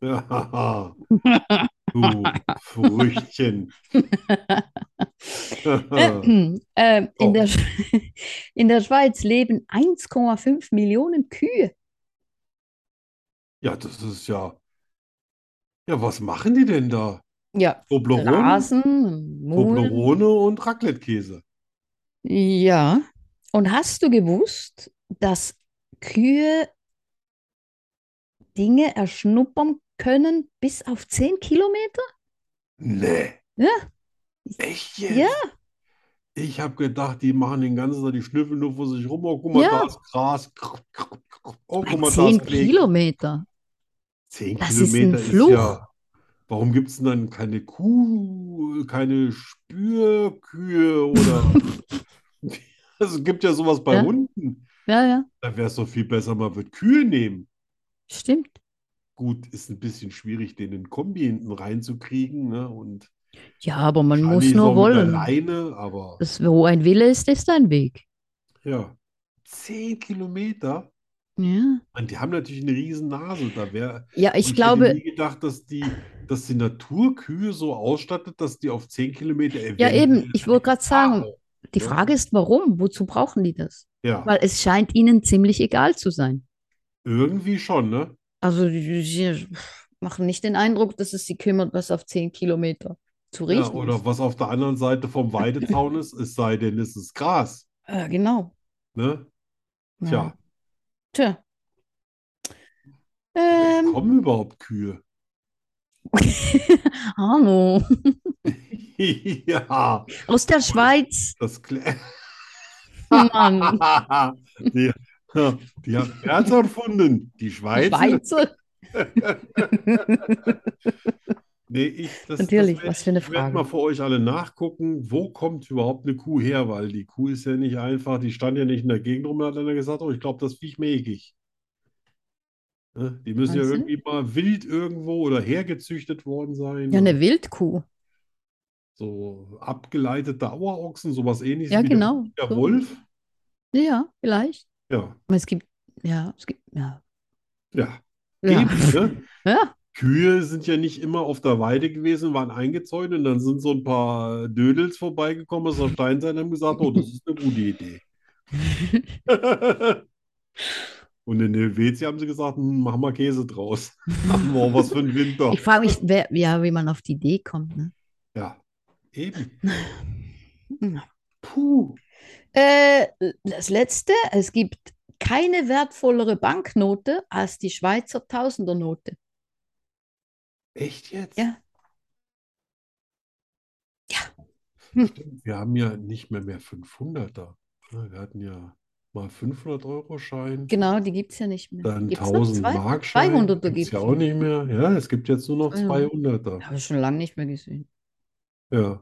B: Ja, du
A: (laughs)
B: Früchtchen.
A: Ähm,
B: Oh.
A: in der, Sch- (laughs) in der Schweiz leben 1,5 Millionen Kühe.
B: Ja, das ist ja. Ja, was machen die denn da?
A: Ja.
B: Toblerone,
A: Rasen, Mulen.
B: Toblerone und Raclette-Käse.
A: Ja. Und hast du gewusst, dass Kühe Dinge erschnuppern können bis auf 10 Kilometer?
B: Nee.
A: Ja.
B: Echt jetzt?
A: Ja.
B: Ich habe gedacht, die machen den ganzen Tag, die schnüffeln nur vor sich rum. Oh, guck mal,
A: Ja.
B: da ist Gras. Oh, guck
A: Ein
B: mal, da
A: 10
B: ist Klee.
A: Kilometer.
B: 10
A: Das ist ein
B: Kilometer ist
A: Fluch.
B: ja. Warum gibt es denn dann keine Kuh, keine Spürkühe oder.
A: (laughs)
B: Also, es gibt ja sowas bei
A: Ja.
B: Hunden.
A: Ja, ja,
B: Da wäre es doch viel besser, man wird Kühe nehmen.
A: stimmt.
B: Gut, ist ein bisschen schwierig, den in Kombi hinten reinzukriegen. Ne? Und
A: Ja, aber man muss
B: wahrscheinlich
A: nur
B: auch mit der
A: wollen.
B: Leine, aber
A: Das, wo ein Wille ist, ist ein Weg.
B: ja. 10 Kilometer.
A: Ja,
B: Und die haben natürlich eine riesen Nase. Da wäre,
A: ja ich
B: hätte
A: glaube,
B: nie gedacht, dass die, dass die Naturkühe so ausstattet, dass die auf 10 Kilometer
A: ja eben, ich wollte gerade sagen,
B: eventuell-
A: die
B: ne?
A: Frage ist, warum? Wozu brauchen die das?
B: Ja,
A: Weil es scheint ihnen ziemlich egal zu sein.
B: irgendwie schon, ne?
A: Also die- sie machen nicht den Eindruck, dass es sie kümmert, was auf 10 Kilometer zu
B: Ja,
A: riechen
B: oder
A: ist.
B: was auf der anderen Seite vom Weidezaun ist, es sei denn, es ist Gras,
A: Ja, genau.
B: ne?
A: Ja.
B: Tja,
A: Tja.
B: woher
A: Ähm,
B: kommen überhaupt Kühe? (laughs)
A: Arno,
B: Ja,
A: aus der
B: (laughs)
A: Schweiz.
B: das klärt.
A: Mann,
B: Die, die haben Erz erfunden, die Schweizer.
A: Schweizer.
B: Nee, ich, das,
A: Natürlich,
B: das werd
A: was für eine
B: ich, ich werd
A: Frage.
B: mal für euch alle nachgucken, wo kommt überhaupt eine Kuh her? Weil die Kuh ist ja nicht einfach, die stand ja nicht in der Gegend rum und hat einer gesagt, oh, ich glaube, das Viech mähe ich. Ne? Die müssen ja
A: Wahnsinn.
B: irgendwie mal wild irgendwo oder hergezüchtet worden sein.
A: Ja, ne, eine Wildkuh.
B: So abgeleitete Dauerochsen, sowas ähnliches
A: Ja,
B: wie der,
A: genau.
B: der
A: So.
B: Wolf.
A: Ja, vielleicht.
B: Ja,
A: Aber es gibt, ja, es gibt, ja.
B: ja.
A: Ja.
B: Eben, ne?
A: (laughs) Ja.
B: Kühe sind ja nicht immer auf der Weide gewesen, waren eingezäunt und dann sind so ein paar Dödels vorbeigekommen aus der Steinzeit und haben gesagt, oh, das ist eine gute
A: (laughs)
B: Idee. und in Helvetia haben sie gesagt, hm, machen wir Käse draus. (laughs) Haben wir auch was für den Winter.
A: Ich frage mich, wer, ja, wie man auf die Idee kommt. Ne?
B: Ja,
A: (laughs)
B: eben.
A: Ja.
B: Puh.
A: Äh, das letzte, es gibt keine wertvollere Banknote als die Schweizer Tausendernote.
B: Echt jetzt?
A: Ja. Hm.
B: Stimmt, wir haben ja nicht mehr mehr 500er. ne? Wir hatten ja mal 500-Euro-Schein,
A: Genau, die gibt es ja nicht mehr.
B: dann
A: Gibt's noch 200?
B: 1000-Mark-Schein.
A: 200er
B: Gibt's
A: gibt's
B: ja
A: noch.
B: auch nicht mehr. Ja, es gibt jetzt nur noch
A: Ja.
B: 200er.
A: Habe ich schon lange nicht mehr gesehen.
B: Ja.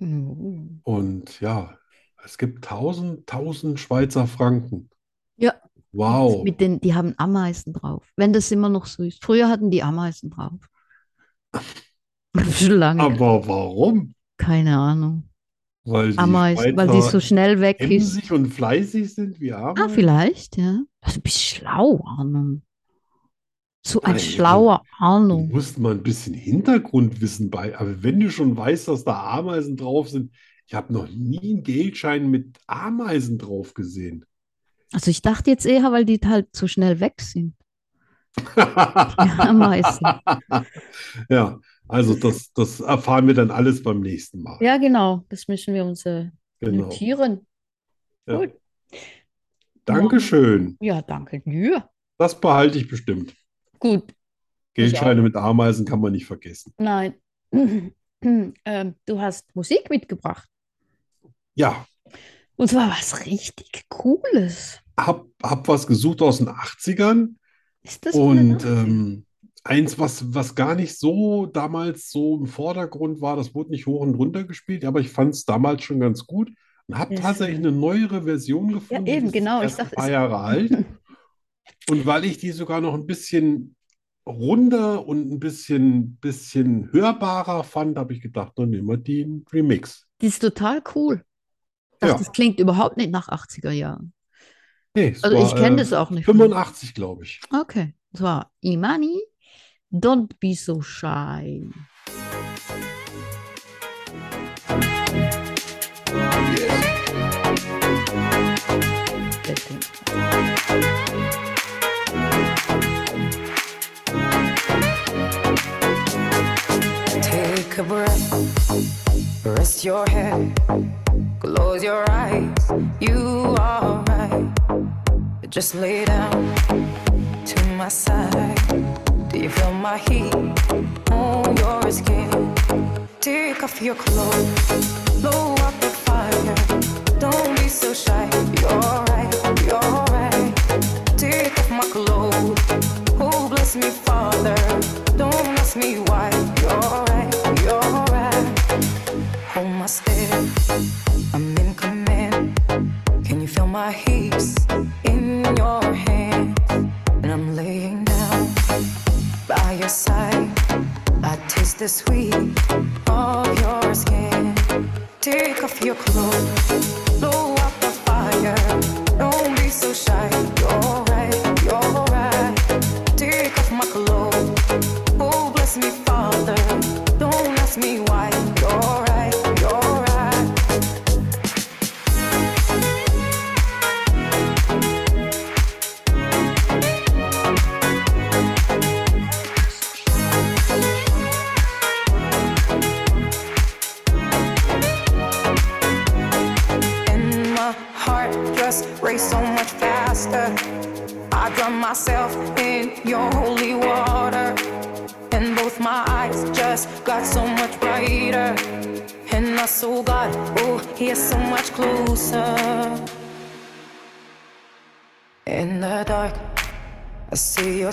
C: Oh.
A: Mhm.
B: Und ja, es gibt 1000, 1000 Schweizer Franken.
A: Ja.
B: Wow.
A: Mit den, die haben Ameisen drauf. Wenn das immer noch so ist. Früher hatten die Ameisen drauf. (laughs) Schon lange.
B: Aber warum?
A: Keine Ahnung.
B: Weil die
A: Ameisen, weil die
B: Schweizer
A: so schnell weg ist.
B: emsig und fleißig sind wie Ameisen?
A: Ah, vielleicht, ja. Also, du bist schlau, Arno. So ein
B: Nein,
A: schlauer
B: Du
A: Arno.
B: musst mal ein bisschen Hintergrundwissen bei. Aber wenn du schon weißt, dass da Ameisen drauf sind, ich habe noch nie einen Geldschein mit Ameisen drauf gesehen.
A: Also ich dachte jetzt eher, weil die halt so schnell weg sind.
B: (laughs)
A: Ameisen.
B: Ja, also das, das erfahren wir dann alles beim nächsten Mal.
A: Ja, genau. Das müssen wir uns äh,
B: Genau.
A: notieren.
B: Ja.
A: Gut.
B: Dankeschön.
A: Ja, danke. Ja,
B: Das behalte ich bestimmt.
A: gut.
B: Geldscheine mit Ameisen kann man nicht vergessen.
A: Nein. (clears throat) ähm, du hast Musik mitgebracht.
B: Ja,
A: Und zwar was richtig Cooles.
B: hab, hab was gesucht aus den 80ern.
A: Ist das mal
B: Und
A: eine-
B: ähm, eins, was, was gar nicht so damals so im Vordergrund war, das wurde nicht hoch und runter gespielt, aber ich fand es damals schon ganz gut und habe
A: Sehr
B: tatsächlich
A: schön.
B: eine neuere Version gefunden.
A: eben,
B: die ist
A: genau, ich
B: erst ein
A: dachte,
B: paar
A: es-
B: Jahre alt.
A: (laughs)
B: Und weil ich die sogar noch ein bisschen runder und ein bisschen, bisschen hörbarer fand, habe ich gedacht, dann nehmen wir die im Remix.
A: Die ist total cool. Das,
B: Ja.
A: das klingt überhaupt nicht nach 80er Jahren.
B: Nee, es
A: Also ich
B: war,
A: kenne
B: äh,
A: das auch nicht.
B: 85, glaube ich.
A: Okay. Und zwar Imani, don't be so shy. Bitte.
E: Take a breath, rest your head, close your eyes. You are right. Just lay down to my side. Do you feel my heat on your skin? Take off your clothes, blow up the fire. Don't be so shy. You're right, you're right. Take off my clothes. Oh, bless me, Father. Don't ask me why. You're right, you're right. Hold my step. I'm in command. Can you feel my heaps in your hand? And I'm laying down by your side. I taste the sweet of your skin. Take off your clothes, blow up the fire. Don't be so shy. You're right, you're right. Take off my clothes. Oh, bless me, Father. Don't ask me why. You're right, you're right. And my heart just raced so much faster. I drown myself in your holy water. And both my eyes just got so much brighter. And I saw God, oh, he is so much closer. In the dark, I see your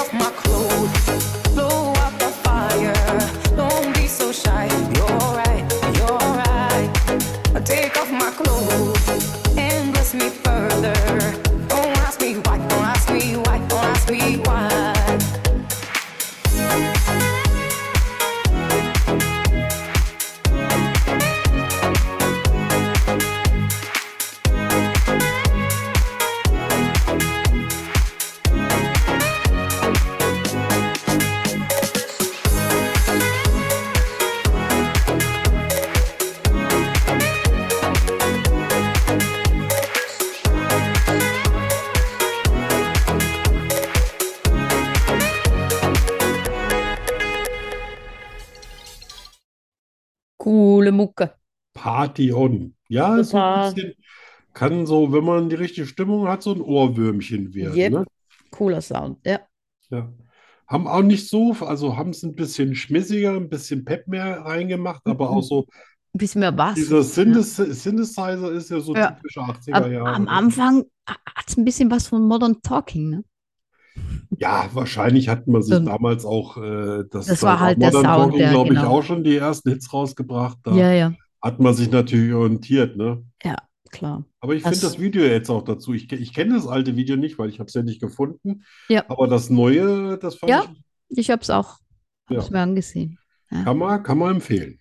E: off my clothes, blow out the fire. Don't be so shy. You're right, you're right. Take off my clothes and bless me further. Don't ask me why, don't ask me why, don't ask me why.
A: coole Mucke.
B: Party on. Ja, ist so
F: Super.
B: ein bisschen, kann so, wenn man die richtige Stimmung hat, so ein Ohrwürmchen werden.
A: Yep.
B: Ne?
A: Cooler Sound, ja.
B: Ja. Haben auch nicht so, also haben es ein bisschen schmissiger, ein bisschen Pep mehr reingemacht,
A: Mhm.
B: aber auch so,
A: Ein bisschen mehr was.
B: dieser Synthes Synthesizer ist ja so
A: Ja.
B: typische 80er
A: Am,
B: Jahre.
A: am
B: ne?
A: Anfang hat es ein bisschen was von Modern Talking, ne?
B: Ja, wahrscheinlich hat man sich
A: Ähm,
B: damals auch, äh, das,
A: das war
B: bei
A: halt der
B: Modern
A: Sound,
B: Talking,
A: ja,
B: glaube ich,
A: genau.
B: auch schon die ersten Hits rausgebracht. Da
A: Ja, ja,
B: hat man sich natürlich orientiert, ne?
A: klar.
B: Aber ich finde
A: Das-
B: das Video jetzt auch dazu. Ich, ke- ich kenne das alte Video nicht, weil ich habe es ja nicht gefunden.
A: Ja.
B: Aber das neue, das fand
A: Ja.
B: ich,
A: Ich hab's auch, hab's
B: Ja.
A: mir angesehen.
B: kann man, kann man empfehlen.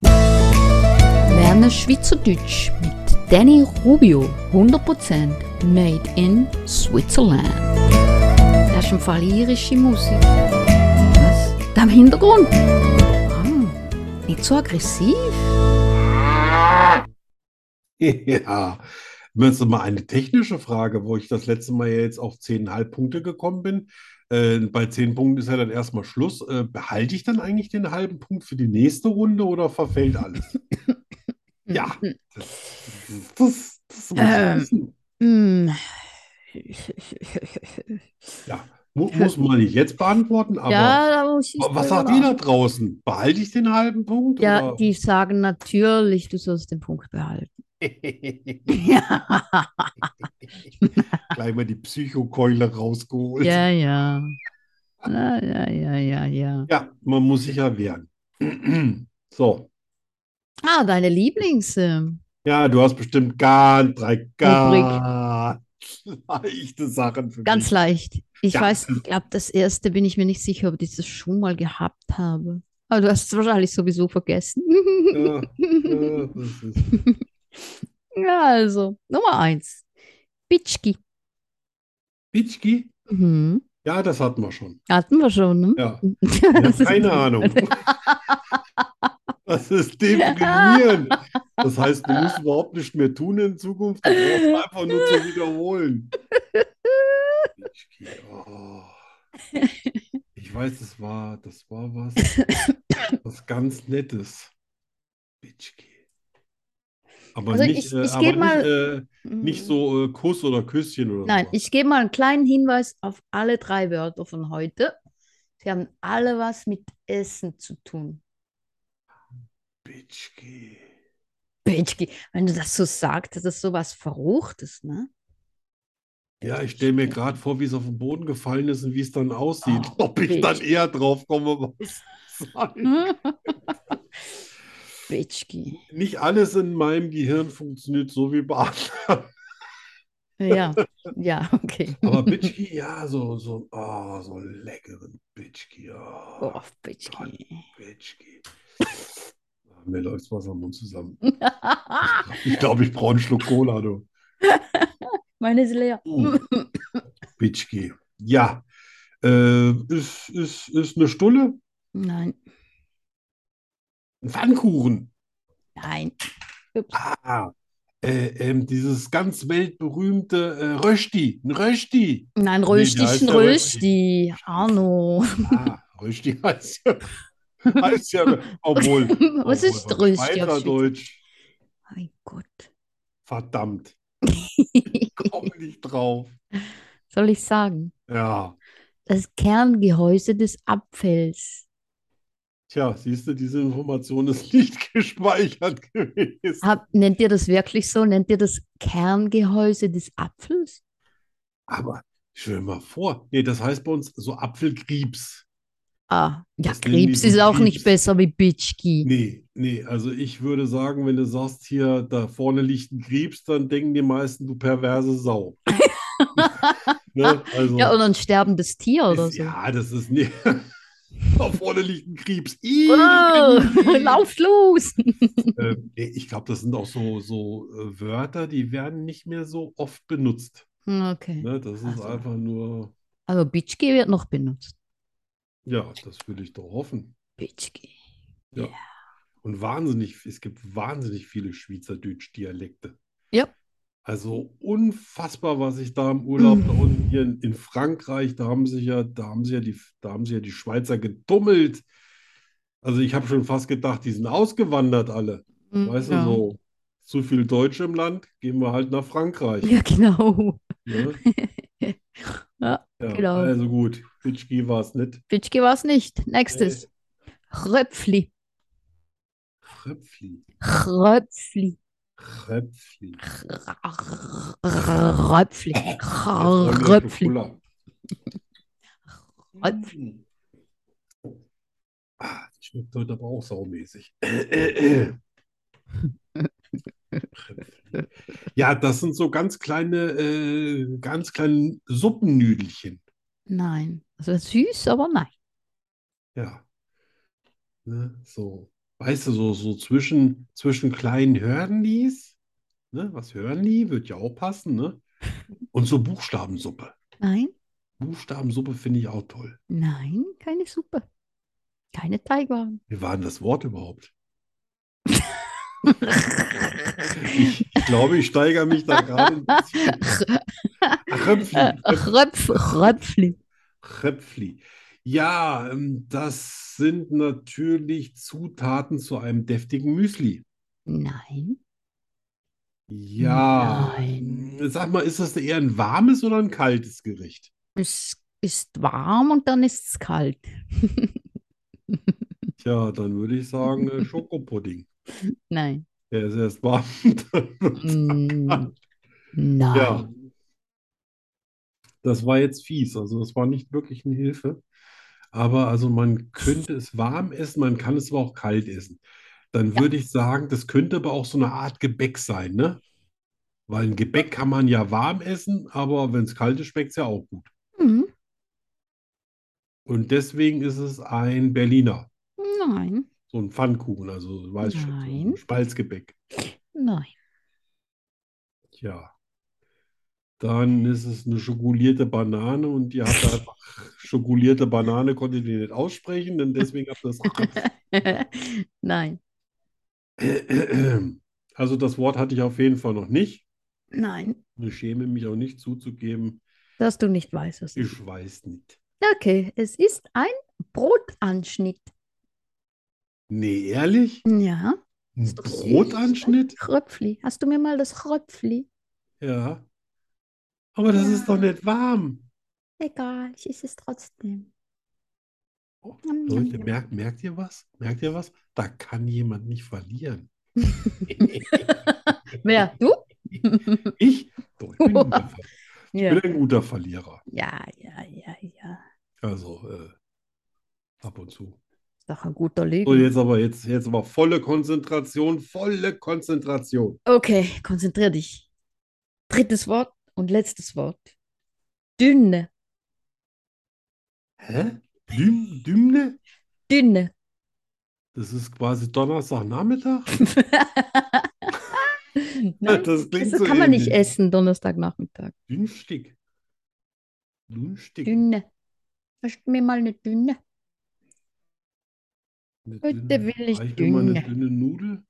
B: (laughs)
C: Lerne Schweizerdeutsch mit Danny Rubio. 100% made in Switzerland. Das ist im Fall irische Musik. Was? Da im Hintergrund? Ah, nicht so aggressiv.
B: Ja, das ist mal eine technische Frage, wo ich das letzte Mal ja jetzt auf 10,5 Punkte gekommen bin. Äh, bei 10 Punkten ist ja dann erstmal Schluss. Äh, behalte ich dann eigentlich den halben Punkt für die nächste Runde oder
A: (laughs)
B: verfällt alles? Ja, das, das, das muss ich
A: Ähm.
B: wissen.
A: Hm.
B: Ja, mu muss man nicht jetzt beantworten, aber
A: Ja, da muss ich
B: wa- was
A: drüber
B: sagt ihr da draußen? Behalte ich den halben Punkt
A: Ja,
B: oder?
A: die sagen natürlich, du sollst den Punkt behalten. Ja,
B: (laughs) Gleich mal die Psychokeule rausgeholt.
A: ja, ja. Ja, ja, ja, ja, ja.
B: Ja, man muss sich ja wehren. (clears throat) So,
A: Ah, deine Lieblings. ähm,
B: ja, du hast bestimmt ganz, drei ganz (laughs) leichte Sachen für
A: Ganz
B: mich.
A: leicht. Ich
B: Ja. ähm.
A: weiß, ich glaube, das erste bin ich mir nicht sicher, ob ich das schon mal gehabt habe. Aber du hast es wahrscheinlich sowieso vergessen. (laughs)
B: Ja, ja, das ist,
A: Ja, also, Nummer eins. Bitschki.
B: Bitschki?
A: Mhm.
B: Ja, das hatten wir schon.
A: Hatten wir schon, ne?
B: Ja, ja
A: Das ist- Also
B: keine Ahnung. (laughs) Das ist deprimierend. Das heißt, du musst überhaupt nichts mehr tun in Zukunft. Du brauchst einfach nur zu wiederholen. Bitschki, oh. Ich weiß, das war, das war was, was ganz Nettes. Bitschki. Aber
A: Also
B: nicht,
A: ich-
B: äh,
A: ich
B: aber
A: geh
B: nicht,
A: mal-
B: äh, nicht so äh, Kuss oder Küsschen oder
A: Nein,
B: sowas.
A: ich gebe mal einen kleinen Hinweis auf alle drei Wörter von heute. Sie haben alle was mit Essen zu tun.
B: Bitschki.
A: Bitschki, wenn du das so sagst, das ist sowas Verruchtes, ne?
B: Ja, ich stelle mir gerade vor, wie es auf den Boden gefallen ist und wie es dann aussieht.
A: Oh,
B: (laughs) Ob ich dann eher drauf komme, was sein.
A: (laughs) Bitschki.
B: Nicht alles in meinem Gehirn funktioniert so wie bei anderen.
A: Ja, ja, okay.
B: Aber Bitchki, ja, so, so, ah, so einen leckeren Bitchki. ah,
A: Oh, Bitschki.
B: Bitchki. Ah, Mir läuft's Wasser im Mund (laughs) zusammen. Ich glaube, ich brauche einen Schluck Cola, du.
A: (laughs) Meine ist leer.
B: (laughs) Uh, Bitchki. Ja, äh, ist, ist, ist eine Stulle.
A: Nein,
B: Ein Pfannkuchen.
A: nein.
B: Ah, äh, ähm, dieses ganz weltberühmte äh, Rösti. Ein Rösti.
A: Nein,
B: Nee,
A: Rösti
B: der
A: ist
B: heißt
A: ein
B: ja
A: Rösti. Arno.
B: Ah, Rösti (laughs) heißt ja, heißt ja
A: (laughs)
B: obwohl,
A: Was
B: obwohl
A: ist Rösti? auf Schweizerdeutsch?
B: Schweizerdeutsch,
A: Mein Gott.
B: verdammt, komm nicht drauf.
A: Soll ich sagen?
B: Ja,
A: Das Kerngehäuse des Apfels.
B: tja, siehst du, diese Information ist nicht (laughs) gespeichert gewesen.
A: Hab, nennt ihr das wirklich so? Nennt ihr das Kerngehäuse des Apfels? Ah.
B: Aber stell dir mal vor, nee, das heißt bei uns so Apfelgriebs.
A: Ah, ja,
B: Das nennen die
A: Krebs
B: so
A: ist auch nicht
B: Krebs.
A: besser wie Bitschki.
B: Nee, nee, also ich würde sagen, wenn du sagst, hier da vorne liegt ein Griebs, dann denken die meisten, du perverse Sau.
A: (laughs)
B: (laughs) Ne? Also.
A: Ja, oder ein sterbendes Tier oder
B: Ist-
A: so.
B: Ja, das ist nicht. (laughs) Da vorne liegt ein Krebs.
A: Oh, (laughs)
B: Ih.
A: (laughs) lauf los!
B: Ähm, nee, ich glaube, das sind auch so, so äh, Wörter, die werden nicht mehr so oft benutzt.
A: Okay.
B: Ne? Das ist
A: Ach so.
B: einfach nur,
A: Aber Bitschki wird noch benutzt.
B: ja, das würde ich doch hoffen.
A: Bitschki.
B: Und wahnsinnig, es gibt wahnsinnig viele Schweizerdeutsch-Dialekte.
A: Ja.
B: Also unfassbar, was ich da im
A: Mhm.
B: Urlaub da unten hier in, in Frankreich, da haben sich ja, da haben sich ja die, da haben sich ja die Schweizer getummelt. Also ich habe schon fast gedacht, die sind ausgewandert alle.
A: Mhm,
B: Weißt
A: ja.
B: du, so zu viel Deutsche im Land, gehen wir halt nach Frankreich.
A: (laughs) Ja, genau.
B: Ne?
A: (laughs) Ja,
B: Ja,
A: Genau.
B: Also gut, Pitschki war es nicht.
A: Fitschke war es nicht. Nächstes. Röpfli.
B: Kröpfli,
A: Röpfli.
B: Kröpfli.
A: Röpfli.
B: Jetzt wollen wir schon
A: Röpfli.
B: Fuller.
A: Röpfli.
B: Ah, das schmeckt heute aber
A: (clears throat)
B: auch saumäßig. Ja, das sind so ganz kleine, äh, ganz kleine Suppennüdelchen.
A: Nein. Also süß, aber nein.
B: Ja. Ne, so, weißt du, so, so zwischen, zwischen kleinen Hörnlis, ne, was Hörnli, wird ja auch passen, ne? Und so Buchstabensuppe.
A: Nein,
B: Buchstabensuppe finde ich auch toll.
A: nein, keine Suppe. Keine
B: (laughs)
A: Teigwaren.
B: Wie war denn das Wort überhaupt? Ich, ich glaube, ich steigere mich da gerade ein bisschen. Ach, Röpfli,
A: Röpf, Röpfli.
B: Röpfli. Ja, ähm, das sind natürlich Zutaten zu einem deftigen Müsli.
A: Nein.
B: Ja, ähm,
A: Nein.
B: sag mal, ist das eher ein warmes oder ein kaltes Gericht?
A: Es ist warm und dann ist es kalt.
B: Tja, dann würde ich sagen äh, Schokopudding.
A: Nein.
B: Der ist erst warm. (laughs) dann wird's
A: Mm,
B: kalt. Ja,
A: Nein.
B: Ah. das war jetzt fies. Also das war nicht wirklich eine Hilfe. Aber also man könnte es warm essen, man kann es aber auch kalt essen. Dann würde ich sagen, das könnte aber auch so eine Art Gebäck sein, ne? Weil ein Gebäck kann man ja warm essen, aber wenn es kalt ist, schmeckt es ja auch gut.
A: Hm,
B: Und deswegen ist es ein Berliner,
A: Nein.
B: so ein Pfannkuchen, also weiß schon, so ein
A: Nein.
B: Spalzgebäck.
A: Nein. (laughs)
B: Tja, dann ist es eine schokolierte Banane und die hat einfach schokolierte Banane, konnte die nicht aussprechen, denn deswegen habt das.
A: Nein.
B: Also das Wort hatte ich auf jeden Fall noch nicht.
A: Nein.
B: Ich schäme mich auch nicht zuzugeben.
A: Dass du nicht weißt, was
B: Ich weiß nicht.
A: Okay, es ist ein Brotanschnitt.
B: Nee, ehrlich?
A: Ja.
B: Ein
A: doch süß,
B: Brotanschnitt?
A: Röpfli. Hast du mir mal das Röpfli?
B: Ja. Aber das ist doch nicht warm.
A: Egal, ich esse es trotzdem.
B: Oh,
A: Nom, nom,
B: Leute,
A: nom.
B: merkt, merkt ihr was? Merkt ihr was? Da kann jemand nicht verlieren.
A: Wer? Du?
B: Ich? Doch, ich bin ein guter, Ver-
A: (laughs)
B: ich
A: Ja.
B: bin ein guter Verlierer.
A: Ja, ja, ja, ja.
B: Also äh, ab und zu.
A: Ist doch ein guter
B: So,
A: Lügner.
B: jetzt aber, jetzt, jetzt aber volle Konzentration, volle Konzentration.
A: Okay, konzentrier dich. Drittes Wort und letztes Wort. Dünne,
B: Hä? Düm, Dümne?
A: dünne.
B: Das ist
A: (laughs)
B: quasi Donnerstagnachmittag?
A: Nein,
B: Das klingt
A: das
B: so
A: kann man nicht
B: ähnlich.
A: essen, Donnerstagnachmittag.
B: Dünnstick. Dünnstick.
A: Dünne. Hast du mir mal eine dünne?
B: Eine
A: Heute
B: dünne-
A: will ich
B: reicht mir mal eine
A: dünne.
B: dünne Nudel.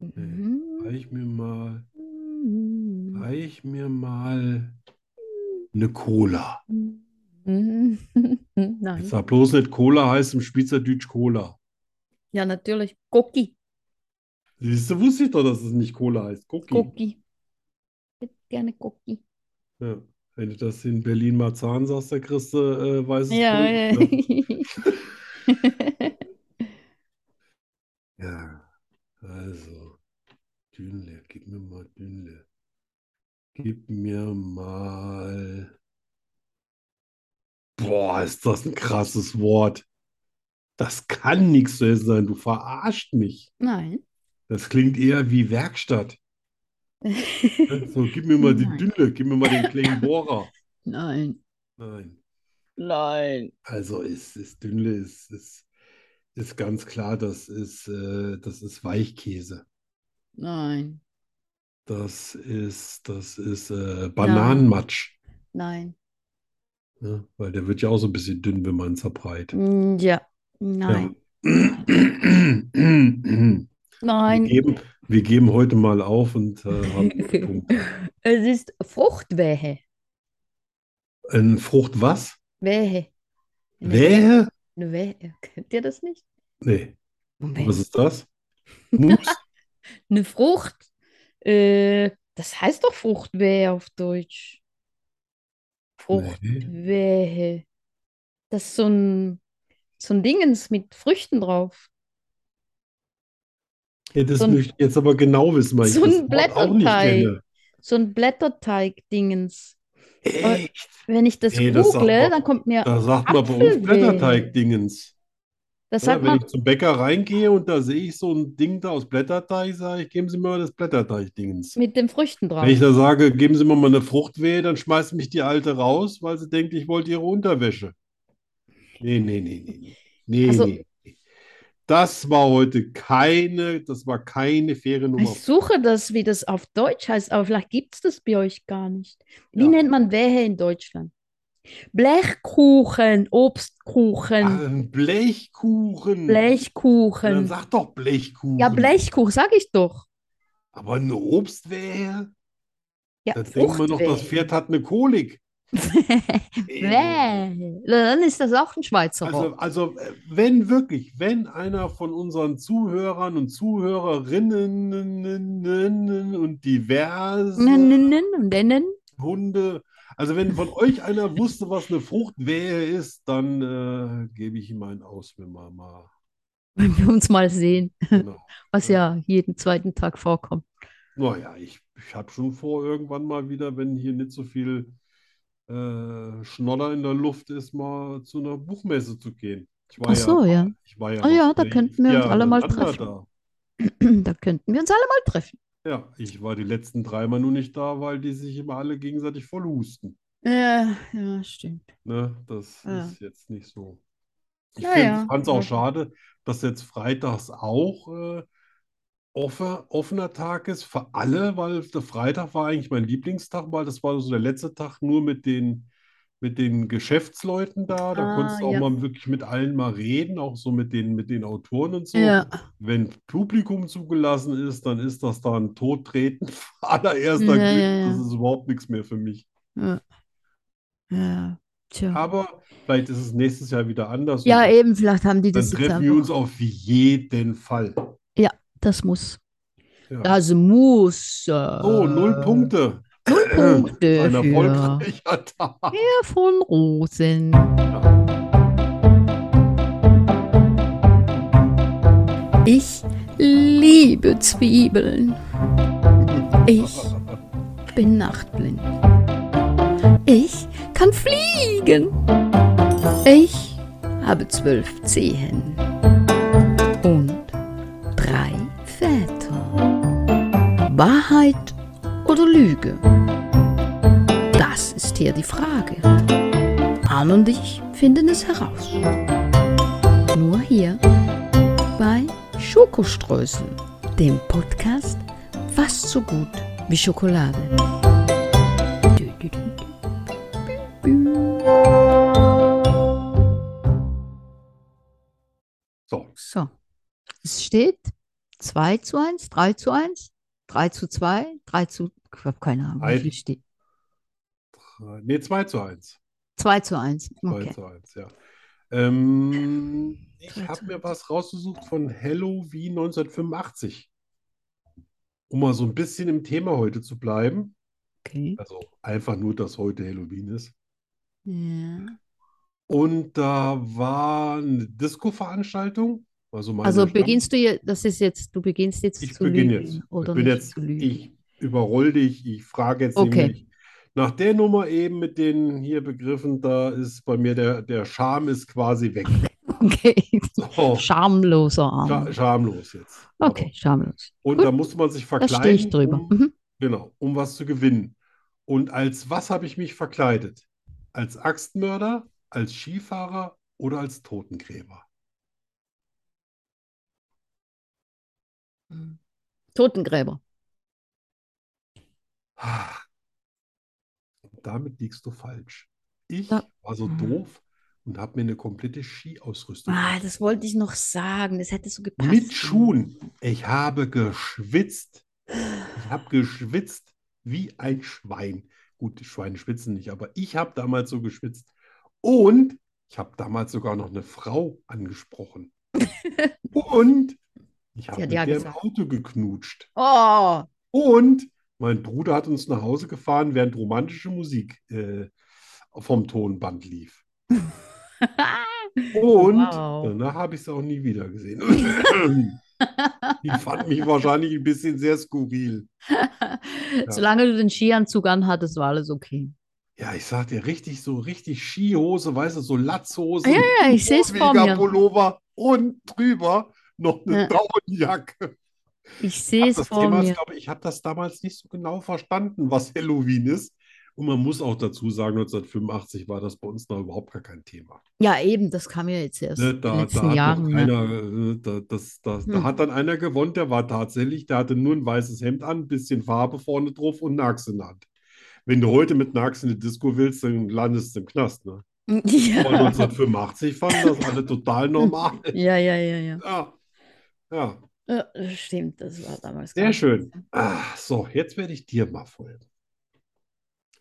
A: Mhm.
B: Reich mir mal,
A: Mm-hmm. (laughs)
B: reich mir mal eine Cola. Jetzt
A: Nein.
B: sag bloß nicht Cola heißt im Schweizerdeutsch Cola.
A: Ja, natürlich. Cookie.
B: Siehst du, wusste ich doch, dass es nicht Cola heißt. Cookie.
A: Cookie. Ich hätte gerne Cookie.
B: Ja. Wenn du das in Berlin-Marzahn sagst, da kriegst du äh, weißes ne?
A: Ja,
B: Pulver.
A: ja.
B: Ja, also, Dünle, gib mir mal Dünle. Gib mir mal. Boah, ist das ein krasses Wort. Das kann nichts zu essen sein, du verarscht mich.
A: (laughs) Nein.
B: Das klingt eher wie Werkstatt. So, gib mir mal die
A: Nein.
B: Dünle, gib mir mal den kleinen Bohrer.
A: Nein.
B: Nein,
A: Nein.
B: also ist, ist Dünle ist, ist, ist ganz klar, das ist, äh, das ist Weichkäse.
A: Nein.
B: Das ist, das ist äh, Bananenmatsch,
A: Nein.
B: ne? Weil der wird ja auch so ein bisschen dünn, wenn man ihn zerbrät.
A: Mm, Ja.
B: Ja.
A: Nein.
B: Wir
A: Nein.
B: geben, wir geben heute mal auf und
A: (laughs)
B: äh, haben einen Punkt.
A: Es ist Fruchtwehe.
B: Ein Frucht was?
A: Wehe.
B: Wähe?
A: Neve, kennt ihr das nicht?
B: Nee.
A: Moment.
B: Was ist das?
A: (laughs)
B: Moose?
A: Eine Frucht. Äh, das heißt doch Fruchtwehe auf Deutsch. Oh. Fruchtwehe. Das ist so ein, so ein Dingens mit Früchten drauf.
B: Ja, das
A: So ein-
B: möchte ich jetzt aber genau wissen, weil ich
A: so
B: das
A: ein
B: Wort auch nicht
A: Blätterteig.
B: kenne.
A: So ein Blätterteig-Dingens. Aber
B: Echt?
A: Wenn ich das
B: Nee, das sagt
A: google,
B: man-
A: dann kommt mir,
B: Äh, Da sagt man bei uns
A: Apfelwehe.
B: Blätterteig-Dingens.
A: das
B: Ja,
A: sagt
B: wenn
A: man,
B: ich zum Bäcker reingehe und da sehe ich so ein Ding da aus Blätterteig, sage ich, geben Sie mir mal das Blätterteig-Dingens.
A: mit den Früchten drauf.
B: Wenn ich da sage, geben Sie mir mal eine Fruchtwehe, dann schmeißt mich die Alte raus, weil sie denkt, ich wollte ihre Unterwäsche. Nee, nee, nee, nee, nee. Nee,
A: Also-
B: nee. nee. Das war heute keine, das war keine faire Nummer.
A: Ich suche das, wie das auf Deutsch heißt, aber vielleicht gibt es das bei euch gar nicht. Wie
B: Ja.
A: nennt man Wehe in Deutschland? Blechkuchen, Obstkuchen,
B: Ein Blechkuchen. Ah, Dann
A: Blechkuchen.
B: sag doch Blechkuchen.
A: Ja, Blechkuchen, sag ich doch.
B: Aber eine Obstwehe?
A: Ja,
B: Da
A: (laughs)
B: denkt man doch, das
A: Fruchtwehe.
B: Pferd hat eine Kolik.
A: Wehe. Dann ist das auch ein Schweizer Wort.
B: Äh, Also, also, äh, wenn wirklich, wenn einer von unseren Zuhörern und Zuhörerinnen und
A: Nen,
B: diverse
A: nen, nen und nennen.
B: Hunde, also wenn von euch einer wusste, was eine Fruchtwehe ist, dann äh, gebe ich ihm einen aus, wenn
A: (laughs)
B: wir mal.
A: Wenn wir uns mal sehen,
B: Genau.
A: was ja jeden zweiten Tag vorkommt. (clears throat)
B: Naja, ich, ich habe schon vor, irgendwann mal wieder, wenn hier nicht so viel äh, Schnodder in der Luft ist, mal zu einer Buchmesse zu gehen. Ich war
A: Ach so,
B: ja,
A: ja.
B: ich war ja
A: Ah
B: mal
A: ja, da
B: vor
A: könnten wir uns
B: Jahren
A: alle mal
B: miteinander
A: treffen.
B: da.
A: Da könnten wir uns alle mal treffen.
B: Ja, ich war die letzten dreimal nur nicht da, weil die sich immer alle gegenseitig vollhusten.
A: Ja, ja, stimmt.
B: Ne? Das
A: Ja.
B: ist jetzt nicht so. Ich
A: Ja, ja.
B: fand es auch
A: Aber-
B: schade, dass jetzt freitags auch äh, offe- offener Tag ist für alle, weil der Freitag war eigentlich mein Lieblingstag, weil das war so der letzte Tag nur mit den, mit den Geschäftsleuten da. Da
A: Ah,
B: konntest du auch
A: ja.
B: mal wirklich mit allen mal reden, auch so mit den, mit den Autoren und so.
A: Ja.
B: Wenn Publikum zugelassen ist, dann ist das da ein Todtreten (laughs) allererster
A: Ja,
B: Güte.
A: ja, ja.
B: Das ist überhaupt nichts mehr für mich.
A: Ja, tja.
B: Aber vielleicht ist es nächstes Jahr wieder anders. und
A: Mhm. Ja, eh,
B: dann-
A: eben, vielleicht haben die
B: dann
A: das jetzt
B: treffen wir uns
A: einfach.
B: auf jeden Fall.
A: Das muss.
B: Ja.
A: Das muss. Äh,
B: So, null Punkte. Äh,
A: Null Punkte
B: Ein
A: für
B: erfolgreicher (laughs) Tag.
A: Herr von Rosen.
C: Ich liebe Zwiebeln. Ich bin nachtblind. Ich kann fliegen. Ich habe zwölf Zehen und drei Väter. Wahrheit oder Lüge? Das ist hier die Frage. Arne und ich finden es heraus. Nur hier bei Schokoströßen, dem Podcast fast so gut wie Schokolade. Dü, dü, dü.
B: So,
A: So. Es steht 2 zu 1, 3 zu 1, 3 zu 2, 3 zu. Ich habe keine Ahnung, wie
B: Drei.
A: viel steht.
B: äh, nee, 2 zu 1.
A: 2 zu 1.
B: 2
A: Okay.
B: zu 1, ja. Ähm, ich
A: Zwei zu
B: habe mir
A: eins.
B: was rausgesucht von Halloween 1985. Um mal so ein bisschen im Thema heute zu bleiben.
A: okay.
B: Also einfach nur, dass heute Halloween ist.
A: Ja.
B: Und da war eine Disco-Veranstaltung. Also, meine
A: Also
B: Stamm-
A: beginnst du jetzt, das ist jetzt, du beginnst jetzt
B: Ich
A: zu
B: beginne
A: lügen
B: jetzt.
A: oder
B: ich bin
A: nicht
B: jetzt,
A: zu lügen.
B: ich überroll dich, ich frage jetzt
A: Okay.
B: nämlich nach der Nummer eben mit den hier Begriffen, da ist bei mir der, der Charme ist
A: (laughs)
B: quasi weg.
A: (laughs) Okay.
B: So,
A: Schamloser
B: scha
A: Arme.
B: schamlos jetzt.
A: Okay, schamlos.
B: Und
A: gut.
B: da musste man sich
A: Da stehe ich
B: verkleiden,
A: drüber.
B: um,
A: Mhm.
B: genau, um was zu gewinnen. Und als was habe ich mich verkleidet? Als Axtmörder, als Skifahrer oder als Totengräber?
A: Totengräber.
B: (sighs) Damit liegst du falsch. Ich
A: Da-
B: war so
A: Mhm.
B: doof und habe mir eine komplette Skiausrüstung
A: Ah,
B: gekauft.
A: das wollte ich noch sagen. Das hätte so gepasst.
B: Mit Schuhen. Ich habe geschwitzt. Ich habe geschwitzt wie ein Schwein. Gut, die Schweine schwitzen nicht, aber ich habe damals so geschwitzt. Und Ich habe damals sogar noch eine Frau
A: (laughs)
B: angesprochen. Und ich habe
A: hat
B: mit
A: ja
B: der
A: gesagt.
B: im Auto geknutscht.
A: Oh,
B: Und mein Bruder hat uns nach Hause gefahren, während romantische Musik äh, vom Tonband
A: (laughs)
B: lief. Und
A: Wow.
B: danach habe ich sie auch nie wieder gesehen. (clears throat) Die fand mich wahrscheinlich ein bisschen sehr skurril.
A: solange du den Skianzug anhattest, war alles okay.
B: Ja, ich sag dir, richtig so, richtig Skihose, weißt du, so Latzhosen,
A: Ja, ja, Ah, ich sehe es vor mir.
B: Pullover und drüber noch
A: Ja.
B: eine Daunenjacke.
A: Ich
B: Ich
A: sehe
B: hab
A: es
B: das
A: vor
B: damals,
A: mir.
B: glaub ich, ich habe das damals nicht so genau verstanden, was Halloween ist. Und man muss auch dazu sagen, 1985 war das bei uns noch überhaupt gar kein Thema.
A: Ja, eben, das kam ja jetzt erst
B: Ne,
A: in
B: da,
A: den
B: da
A: letzten
B: hat noch
A: Jahren. ne?
B: keiner, äh, da, das, da, da
A: Hm.
B: hat dann einer gewonnen, der war tatsächlich, der hatte nur ein weißes Hemd an, ein bisschen Farbe vorne drauf und eine Axt in der Hand. Wenn du heute mit einer Axt in die Disco willst, dann landest du im Knast.
A: (laughs)
B: Ne? Aber
A: Ja.
B: 1985 fanden das alle total normal.
A: ja, ja, ja, ja.
B: Ja, ja
A: Ja, das stimmt, das war damals
B: sehr
A: ganz-
B: schön. Ah, so, jetzt werde ich dir mal folgen.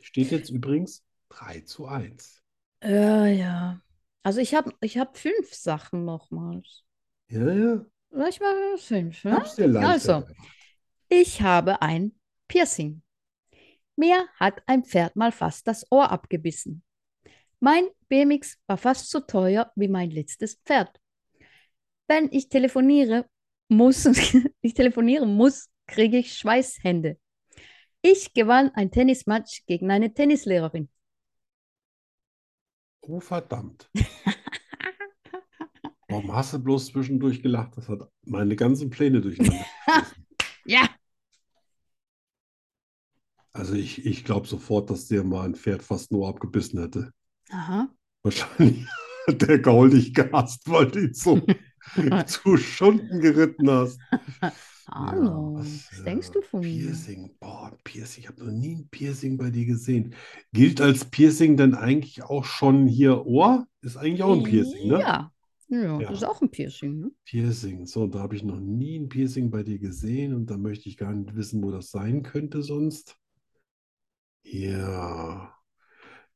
B: Steht jetzt übrigens 3 zu 1.
A: Ja, ja. Also ich habe ich hab fünf Sachen nochmals.
B: Ja, ja,
A: Vielleicht mal fünf, ne?
B: hab's dir leicht
A: Also. Ich habe ein Piercing. Mir hat ein Pferd mal fast das Ohr abgebissen. Mein BMX war fast so teuer wie mein letztes Pferd. Wenn ich telefoniere muss, (laughs) ich telefonieren muss, kriege ich Schweißhände. Ich gewann ein Tennismatch gegen eine Tennislehrerin.
B: Oh, verdammt. Warum hast du bloß zwischendurch gelacht? Das hat meine ganzen
A: (laughs)
B: Pläne durcheinander. geschmissen.
A: Ja.
B: Also ich, ich glaube sofort, dass der mal ein Pferd fast nur abgebissen hätte.
A: Aha.
B: Wahrscheinlich hat der Gaul dich gehasst, weil du
A: (laughs)
B: ihn so zu Schunden geritten hast.
A: Hallo.
B: Ja, äh,
A: was denkst du von mir?
B: Piercing, boah, ein Piercing. Ich habe noch nie ein Piercing bei dir gesehen. Gilt als Piercing denn eigentlich auch schon hier Ohr? Ist eigentlich auch ein Piercing, ne?
A: Ja. Ja,
B: Ja.
A: das ist auch ein Piercing, ne?
B: Piercing. So, da habe ich noch nie ein Piercing bei dir gesehen und da möchte ich gar nicht wissen, wo das sein könnte sonst. Ja,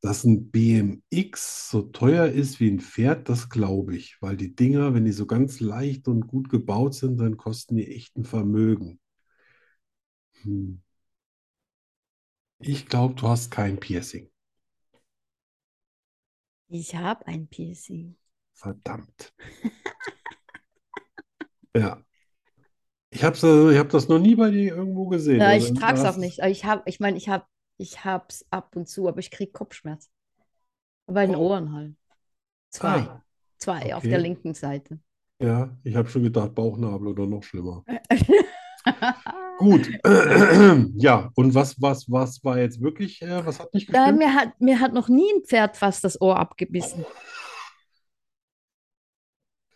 B: dass ein BMX so teuer ist wie ein Pferd, das glaube ich, weil die Dinger, wenn die so ganz leicht und gut gebaut sind, dann kosten die echt ein Vermögen. Hm. Ich glaube, du hast kein Piercing.
A: Ich habe ein Piercing.
B: Verdammt. (laughs) Ja. Ich hab's, also, ich hab das noch nie bei dir irgendwo gesehen.
A: Ja,
B: Also,
A: Äh, ich
B: du
A: trage es auch
B: hast-
A: nicht. Aber ich habe, ich meine, ich habe, ich hab's ab und zu, aber ich kriege Kopfschmerz. Bei den
B: Oh.
A: Ohren halt. Zwei,
B: Ah,
A: zwei auf
B: okay.
A: der linken Seite.
B: ja, ich habe schon gedacht, Bauchnabel oder noch schlimmer.
A: (laughs) äh,
B: Gut. (clears throat) Ja, und was, was, was war jetzt wirklich, äh, was hat nicht gestimmt?
A: mir hat, mir hat noch nie ein Pferd fast das Ohr abgebissen.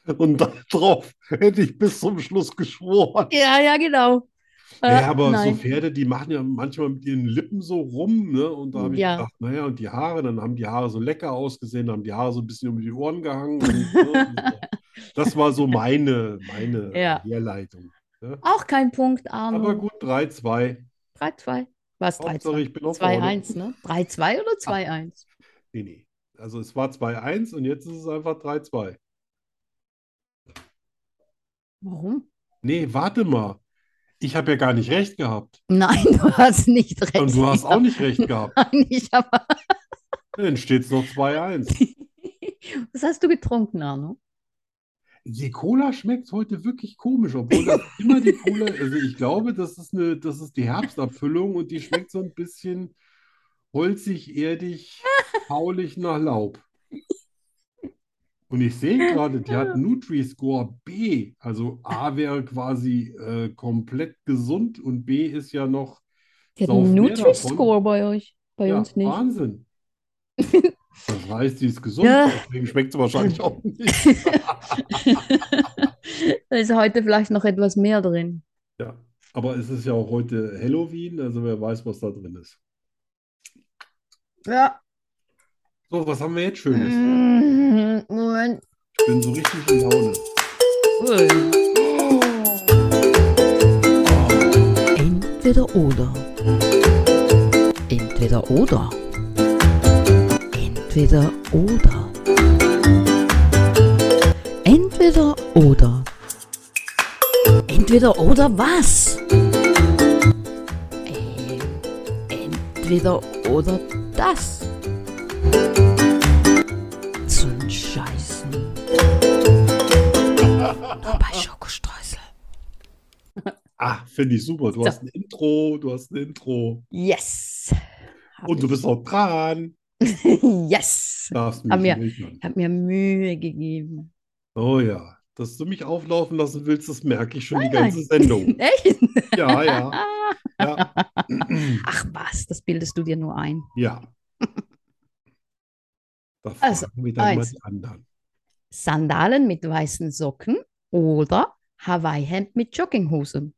B: Oh. Und darauf hätte ich bis zum Schluss geschworen.
A: Ja, ja, genau. Äh,
B: Naja, aber so
A: nein.
B: Pferde, die machen ja manchmal mit ihren Lippen so rum, ne? Und da habe ich
A: Ja.
B: gedacht, naja, und die Haare, dann haben die Haare so lecker ausgesehen, haben die Haare so ein bisschen um die Ohren gehangen. Und, ne?
A: (laughs)
B: Das war so meine, meine
A: Ja. Um,
B: Herleitung.
A: Auch kein Punkt, Arno.
B: Aber gut, 3-2.
A: 3-2. War es
B: Hauptsache, Ah.
A: 3-2?
B: ich bin auch vorne.
A: 2-1, ne? 3-2 oder 2-1?
B: Nee, nee. Also es war 2-1 und jetzt ist es einfach 3-2.
A: Warum?
B: Nee, warte mal. Ich habe ja gar nicht recht gehabt.
A: Nein, du hast nicht recht. (laughs)
B: Und du hast
A: Ich
B: auch nicht recht gehabt.
A: hab- (laughs) Nein, ich habe
B: Dann steht es noch 2-1.
A: Was hast du getrunken, Arno?
B: Die Cola schmeckt heute wirklich komisch, obwohl
A: (laughs)
B: das immer die Cola, also ich glaube, das ist eine, das ist die Herbstabfüllung und die schmeckt so ein bisschen holzig,
A: (laughs)
B: erdig, faulig nach Laub. Und ich sehe gerade, die hat Nutri-Score B. Also A wäre quasi äh, komplett gesund und B ist ja noch,
A: Die hat
B: Sauf
A: einen
B: mehr
A: Nutri-Score bei euch, bei
B: ja,
A: uns nicht. (laughs)
B: Wahnsinn. Das heißt, die ist gesund,
A: Ja.
B: deswegen schmeckt sie wahrscheinlich auch nicht.
A: Da ist heute vielleicht noch etwas mehr drin.
B: Ja, aber es ist ja auch heute Halloween, also wer weiß, was da drin ist.
A: Ja.
B: So, was haben wir jetzt Schönes?
A: Mm, Moment.
B: Ich bin so richtig in Laune.
C: Entweder oder. Entweder oder. Entweder oder. Entweder oder. Entweder oder was? Ähm, entweder oder das. So ein Scheiß. Nur bei Schokostreusel.
B: Ah, finde ich super. Du
A: So.
B: hast ein Intro, du hast ein Intro.
A: Yes. (laughs) Hab
B: Und du bist auch dran.
A: ich. Yes.
B: Darfst
A: Ah, mir-
B: mich nicht meckern.
A: Ich habe mir Mühe gegeben.
B: Oh ja. Dass du mich auflaufen lassen willst, das merke ich schon die
A: Nein.
B: ganze Sendung.
A: (laughs) Echt?
B: Ja, ja.
A: (laughs)
B: Ja. (clears throat)
A: Ach was, das bildest du dir nur ein.
B: ja. Da fragen
A: Also,
B: wir dann
A: eins.
B: mal die anderen.
A: Sandalen mit weißen Socken oder Hawaii-Hemd mit Jogginghose.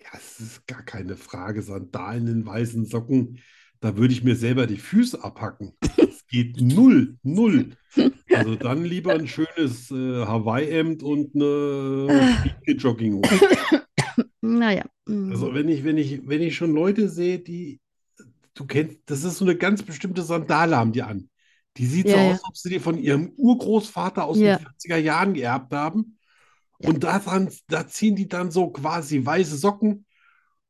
B: Ja, es ist gar keine Frage. Sandalen in weißen Socken, da würde ich mir selber die Füße abhacken. Es geht null, null. Also dann lieber ein schönes äh, Hawaii-Hemd und eine Jogginghose.
A: Naja. mm.
B: Also wenn ich, wenn ich, wenn ich schon Leute sehe, die, du kennst, das ist so eine ganz bestimmte Sandale haben die an. Die sieht so
A: Ja, ja.
B: aus, als ob sie die von ihrem Urgroßvater aus den
A: Ja.
B: 40er Jahren geerbt haben. Und daran, da ziehen die dann so quasi weiße Socken.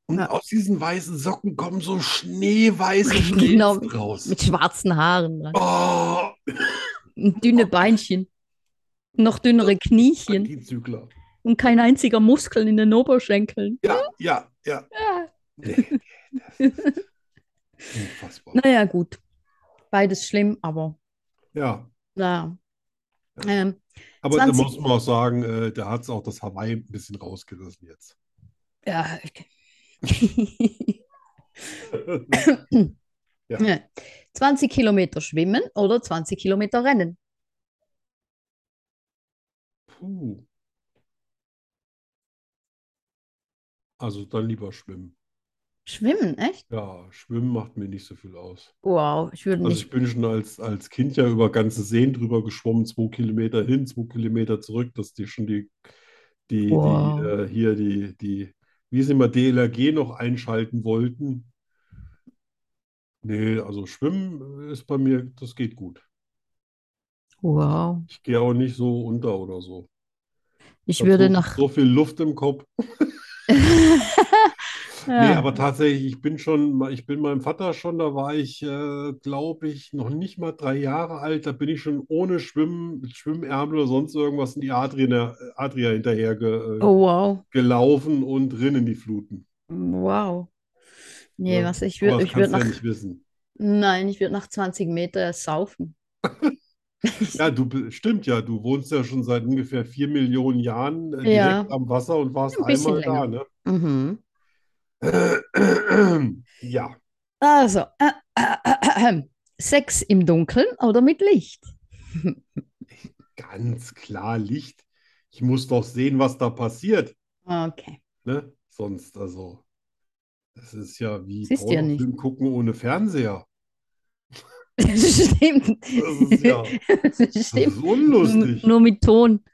B: Und
A: Ja.
B: aus diesen weißen Socken kommen so
A: (laughs)
B: schneeweiße
A: Genau.
B: Schneelisten raus.
A: Mit schwarzen Haaren dran.
B: Oh,
A: Dünne Beinchen. Noch dünnere Kniechen.
B: Antizykler.
A: Und kein einziger Muskel in den Oberschenkeln.
B: Ja, ja, ja.
A: Ja.
B: Nee, nee, das
A: (laughs)
B: ist unfassbar.
A: Naja, gut. Beides schlimm, aber
B: Ja.
A: ja. Ähm,
B: Aber da
A: 20
B: muss man auch sagen, äh, da hat es auch das Hawaii ein bisschen rausgerissen jetzt.
A: ja. okay.
B: Ja.
A: (laughs) Ja. 20 Kilometer schwimmen oder 20 Kilometer rennen.
B: Puh. Also dann lieber schwimmen.
A: Schwimmen, echt?
B: Ja, schwimmen macht mir nicht so viel aus.
A: Wow, ich würde
B: Also
A: nicht.
B: ich bin schon als, als Kind ja über ganze Seen drüber geschwommen, zwei Kilometer hin, zwei Kilometer zurück, dass die schon die, die,
A: Wow.
B: die äh, hier die, die, wie sie immer DLRG noch einschalten wollten. Nee, also schwimmen ist bei mir, das geht gut.
A: Wow.
B: Ich gehe auch nicht so unter oder so.
A: Ich
B: hab
A: würde
B: Also so,
A: nach.
B: so viel Luft im Kopf. Nee,
A: Ja.
B: aber tatsächlich, ich bin schon, mal- ich bin meinem Vater schon, da war ich, äh, glaube ich, noch nicht mal drei Jahre alt. Da bin ich schon ohne Schwimmen, mit Schwimmärmel oder sonst irgendwas in die Adria, Adria hinterher ge, äh,
A: Oh, wow.
B: gelaufen und drin in die Fluten.
A: Wow. Nee,
B: Ja,
A: was, ich
B: Aber
A: würde
B: das
A: ich würd
B: kannst du ja
A: nach,
B: nicht wissen.
A: nein, ich würde nach 20 Meter saufen.
B: Ja, du be- stimmt ja, du wohnst ja schon seit ungefähr vier Millionen Jahren äh, direkt
A: Ja.
B: am Wasser und warst
A: Ein bisschen
B: einmal da, ne?
A: Mhm.
B: (clears throat) Ja,
A: Also, äh, äh, äh, äh, Sex im Dunkeln oder mit Licht?
B: ganz klar Licht. Ich muss doch sehen, was da passiert.
A: Okay. (laughs)
B: Ne? Sonst, also, das ist ja wie
A: Siehst du ja
B: Pornofilm gucken ohne Fernseher.
A: Das stimmt. (laughs)
B: Das ist ja,
A: Das
B: das ist
A: stimmt.
B: unlustig.
A: Nur, nur mit Ton.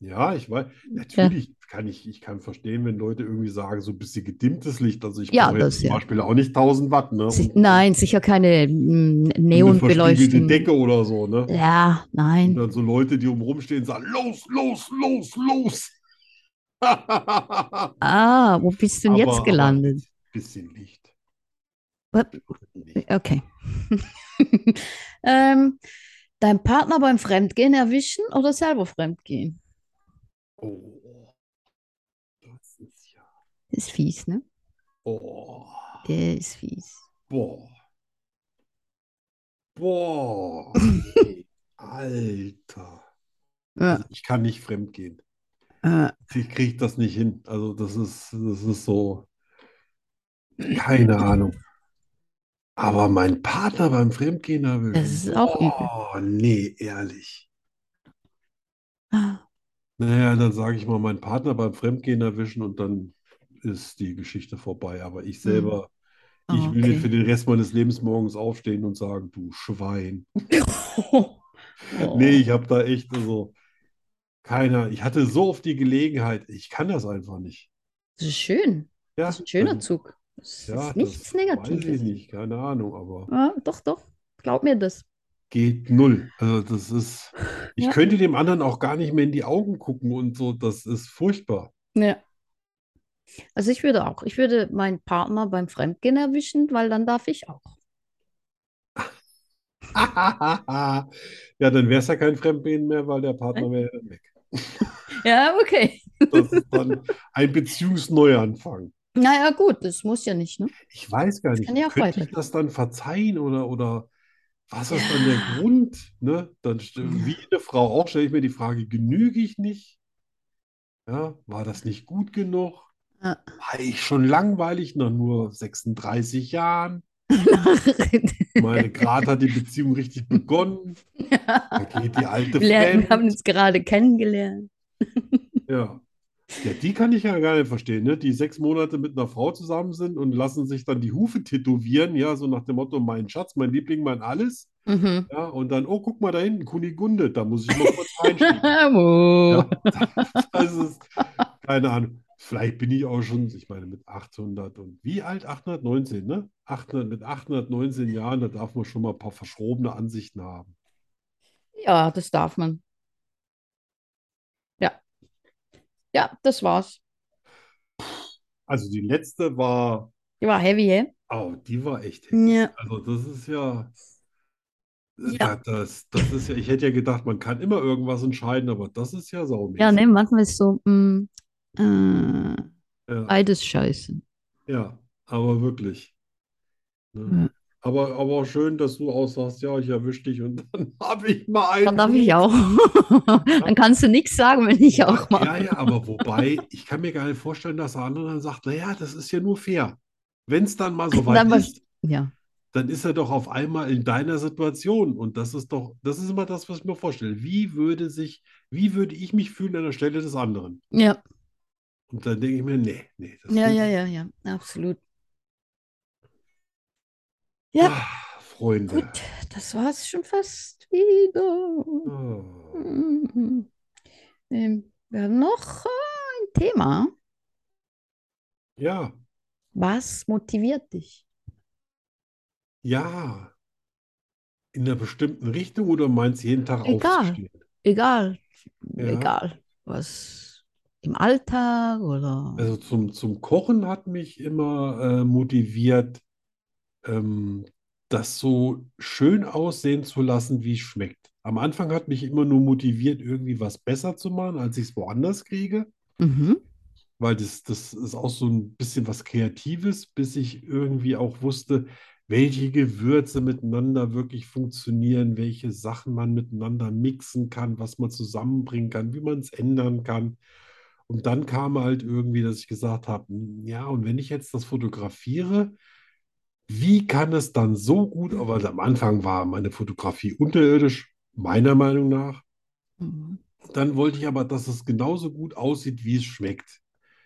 B: Ja, ich weiß, natürlich kann ich, ich kann verstehen, wenn Leute irgendwie sagen, so ein bisschen gedimmtes Licht. Also ich
A: Ja,
B: brauche jetzt
A: das
B: zum
A: ja.
B: Beispiel auch nicht 1000 Watt, ne?
A: Si-
B: Und
A: Nein, sicher keine mm,
B: eine verspiegelte
A: Neonbeleuchtung.
B: Decke oder so, ne?
A: Ja,
B: Und
A: nein.
B: dann so Leute, die oben rumstehen, sagen, los, los, los, los. (laughs) Aber,
A: Ah, wo bist du denn jetzt
B: aber
A: gelandet?
B: bisschen Licht.
A: Wa-
B: Licht.
A: Okay. (laughs) ähm, dein Partner beim Fremdgehen erwischen oder selber fremdgehen?
B: Oh, das ist ja.
A: Das ist fies, ne?
B: Boah,
A: Der ist fies.
B: boah, boah, Alter.
A: Ja,
B: Also ich kann nicht fremdgehen.
A: äh,
B: Ich kriege das nicht hin. Also das ist, das ist so, keine Ahnung. Aber mein Partner beim Fremdgehen erwischen.
A: Das ist auch
B: Oh, nee, ehrlich.
A: ah,
B: Naja, dann sage ich mal, mein Partner beim Fremdgehen erwischen und dann ist die Geschichte vorbei. Aber ich selber, ich will
A: Hm. Oh, okay.
B: nicht für den Rest meines Lebens morgens aufstehen und sagen, du Schwein.
A: Oh.
B: Nee, ich habe da echt so keiner. Ich hatte so oft die Gelegenheit, ich kann das einfach nicht.
A: Das ist schön.
B: Ja,
A: Das ist ein schöner
B: also,
A: Zug. Das
B: ja,
A: ist nichts
B: das weiß ich
A: Negatives.
B: nicht, keine Ahnung, aber
A: Ja, doch, doch. Glaub mir das.
B: geht null. Also das ist, ich
A: Ja.
B: könnte dem anderen auch gar nicht mehr in die Augen gucken und so, das ist furchtbar. (laughs)
A: Ja. Also ich würde auch, ich würde meinen Partner beim Fremdgehen erwischen, weil dann darf ich auch.
B: ja, dann wäre es ja kein Fremdgehen mehr, weil der Partner wäre ja dann weg.
A: Ja, okay.
B: Das ist dann ein Beziehungsneuanfang.
A: Naja, gut, das muss ja nicht, ne?
B: Ich weiß gar nicht,
A: kann ja auch
B: könnte ich
A: weitergehen.
B: das dann verzeihen oder, oder was ist dann der Grund? Ne? Dann, st- wie eine Frau auch, stelle ich mir die Frage, genüge ich nicht? Ja, war das nicht gut genug?
A: Ja.
B: War ich schon langweilig nach nur 36 Jahren?
A: (laughs)
B: Meine, gerade hat die Beziehung richtig begonnen. Da geht die alte
A: Wir lernen- haben
B: fremd.
A: uns gerade kennengelernt.
B: Ja. Ja, die kann ich ja gar nicht verstehen, ne? Die sechs Monate mit einer Frau zusammen sind und lassen sich dann die Hufe tätowieren, ja, so nach dem Motto, mein Schatz, mein Liebling, mein alles.
A: Mhm.
B: Ja, und dann, oh, guck mal da hinten, Kunigunde, da muss ich mal kurz reinschieben.
A: Oh.
B: (laughs) Ja, das ist, keine Ahnung. Vielleicht bin ich auch schon, ich meine, mit 800 und wie alt? 819, ne? 800, mit 819 Jahren, da darf man schon mal ein paar verschrobene Ansichten haben.
A: Ja, das darf man. Ja. Ja, das war's.
B: Also die letzte war,
A: Die war heavy, hä?
B: oh, die war echt heftig.
A: Ja.
B: Also das ist ja,
A: Ja.
B: da- Das, das ist ja, ich hätte ja gedacht, man kann immer irgendwas entscheiden, aber das ist ja saumäßig.
A: Ja, ne, manchmal ist so, mm, äh,
B: Ja,
A: beides scheiße.
B: ja, aber wirklich. Ne?
A: Ja.
B: Aber, aber auch schön, dass du auch sagst, ja, ich erwische dich und (laughs) dann habe ich mal einen.
A: Dann darf ich auch. (laughs) Dann kannst du nichts sagen, wenn ich auch mache.
B: Ja, ja, aber wobei, ich kann mir gar nicht vorstellen, dass der andere dann sagt, naja, das ist ja nur fair. Wenn es
A: (laughs)
B: dann mal so weit
A: Dann mal-
B: ist,
A: Ja.
B: dann ist er doch auf einmal in deiner Situation. Und das ist doch, das ist immer das, was ich mir vorstelle. Wie würde sich, wie würde ich mich fühlen an der Stelle des anderen?
A: Ja,
B: Und dann denke ich mir, nee, nee, das
A: ja,
B: geht
A: ja,
B: nicht.
A: ja, ja, absolut. Ja,
B: Ah, Freunde.
A: gut, das war's schon fast wieder.
B: Ah.
A: Mhm. Ähm, wir haben noch äh, ein Thema.
B: Ja,
A: Was motiviert dich?
B: ja. In einer bestimmten Richtung oder meinst du jeden Tag
A: Egal.
B: aufzustehen?
A: Egal,
B: Ja.
A: egal, was im Alltag oder.
B: Also zum, zum Kochen hat mich immer äh, motiviert, ähm, das so schön aussehen zu lassen, wie es schmeckt. Am Anfang hat mich immer nur motiviert, irgendwie was besser zu machen, als ich es woanders kriege.
A: Mhm.
B: weil das, das ist auch so ein bisschen was Kreatives, bis ich irgendwie auch wusste, welche Gewürze miteinander wirklich funktionieren, welche Sachen man miteinander mixen kann, was man zusammenbringen kann, wie man es ändern kann. Und dann kam halt irgendwie, dass ich gesagt habe, "Mm, ja, und wenn ich jetzt das fotografiere, wie kann es dann so gut, aber also am Anfang war meine Fotografie unterirdisch, meiner Meinung nach.
A: Mhm.
B: Dann wollte ich aber, dass es genauso gut aussieht, wie es schmeckt.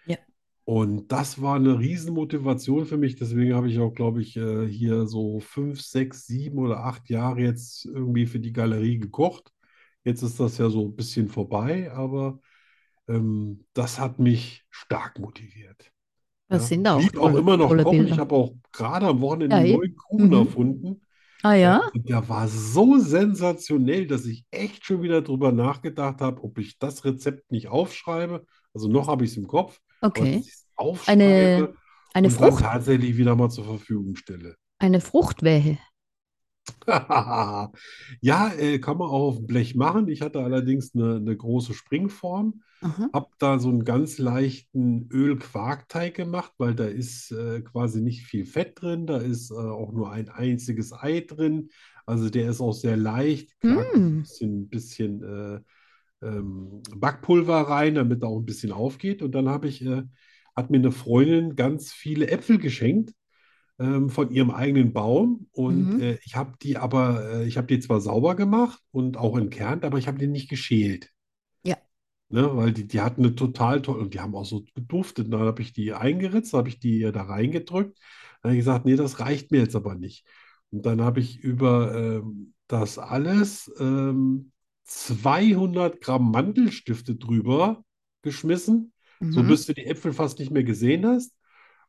A: Ja.
B: Und das war eine Riesenmotivation für mich. Deswegen habe ich auch, glaube ich, äh, hier so fünf, sechs, sieben oder acht Jahre jetzt irgendwie für die Galerie gekocht. Jetzt ist das ja so ein bisschen vorbei, aber ähm, das hat mich stark motiviert.
A: Das
B: Ja.
A: sind auch
B: Lieb auch
A: tolle-
B: immer noch
A: tolle
B: kochen. Ich
A: Bilder.
B: habe auch gerade am Wochenende
A: Ja,
B: einen
A: eben.
B: neuen Kuchen
A: Mhm.
B: erfunden.
A: Ah ja?
B: Und der war so sensationell, dass ich echt schon wieder drüber nachgedacht habe, ob ich das Rezept nicht aufschreibe. Also noch habe ich es im Kopf, aber dass
A: Okay.
B: ich es aufschreibe
A: Eine
B: und dann
A: Frucht,
B: tatsächlich wieder mal zur Verfügung stelle. (laughs)
A: eine Frucht wäre.
B: Ja, äh, kann man auch auf dem Blech machen. Ich hatte allerdings eine, eine große Springform.
A: Aha.
B: Hab da so einen ganz leichten Öl-Quarkteig gemacht, weil da ist äh, quasi nicht viel Fett drin, da ist äh, auch nur ein einziges Ei drin. Also der ist auch sehr leicht. Quark ist ein
A: Mm.
B: bisschen, ein bisschen äh, ähm, Backpulver rein, damit er auch ein bisschen aufgeht. Und dann habe ich, äh, hat mir eine Freundin ganz viele Äpfel geschenkt ähm, von ihrem eigenen Baum. Und
A: Mhm.
B: äh, ich habe die aber, äh, ich habe die zwar sauber gemacht und auch entkernt, aber ich habe die nicht geschält.
A: Ja.
B: Ne, weil die, die hatten eine total tolle, und die haben auch so geduftet. Dann habe ich die eingeritzt, habe ich die ihr da reingedrückt. Dann habe ich gesagt, nee, das reicht mir jetzt aber nicht. Und dann habe ich über ähm, das alles ähm, 200 Gramm Mandelstifte drüber geschmissen so
A: Mhm.
B: bis du die Äpfel fast nicht mehr
A: (laughs)
B: gesehen hast.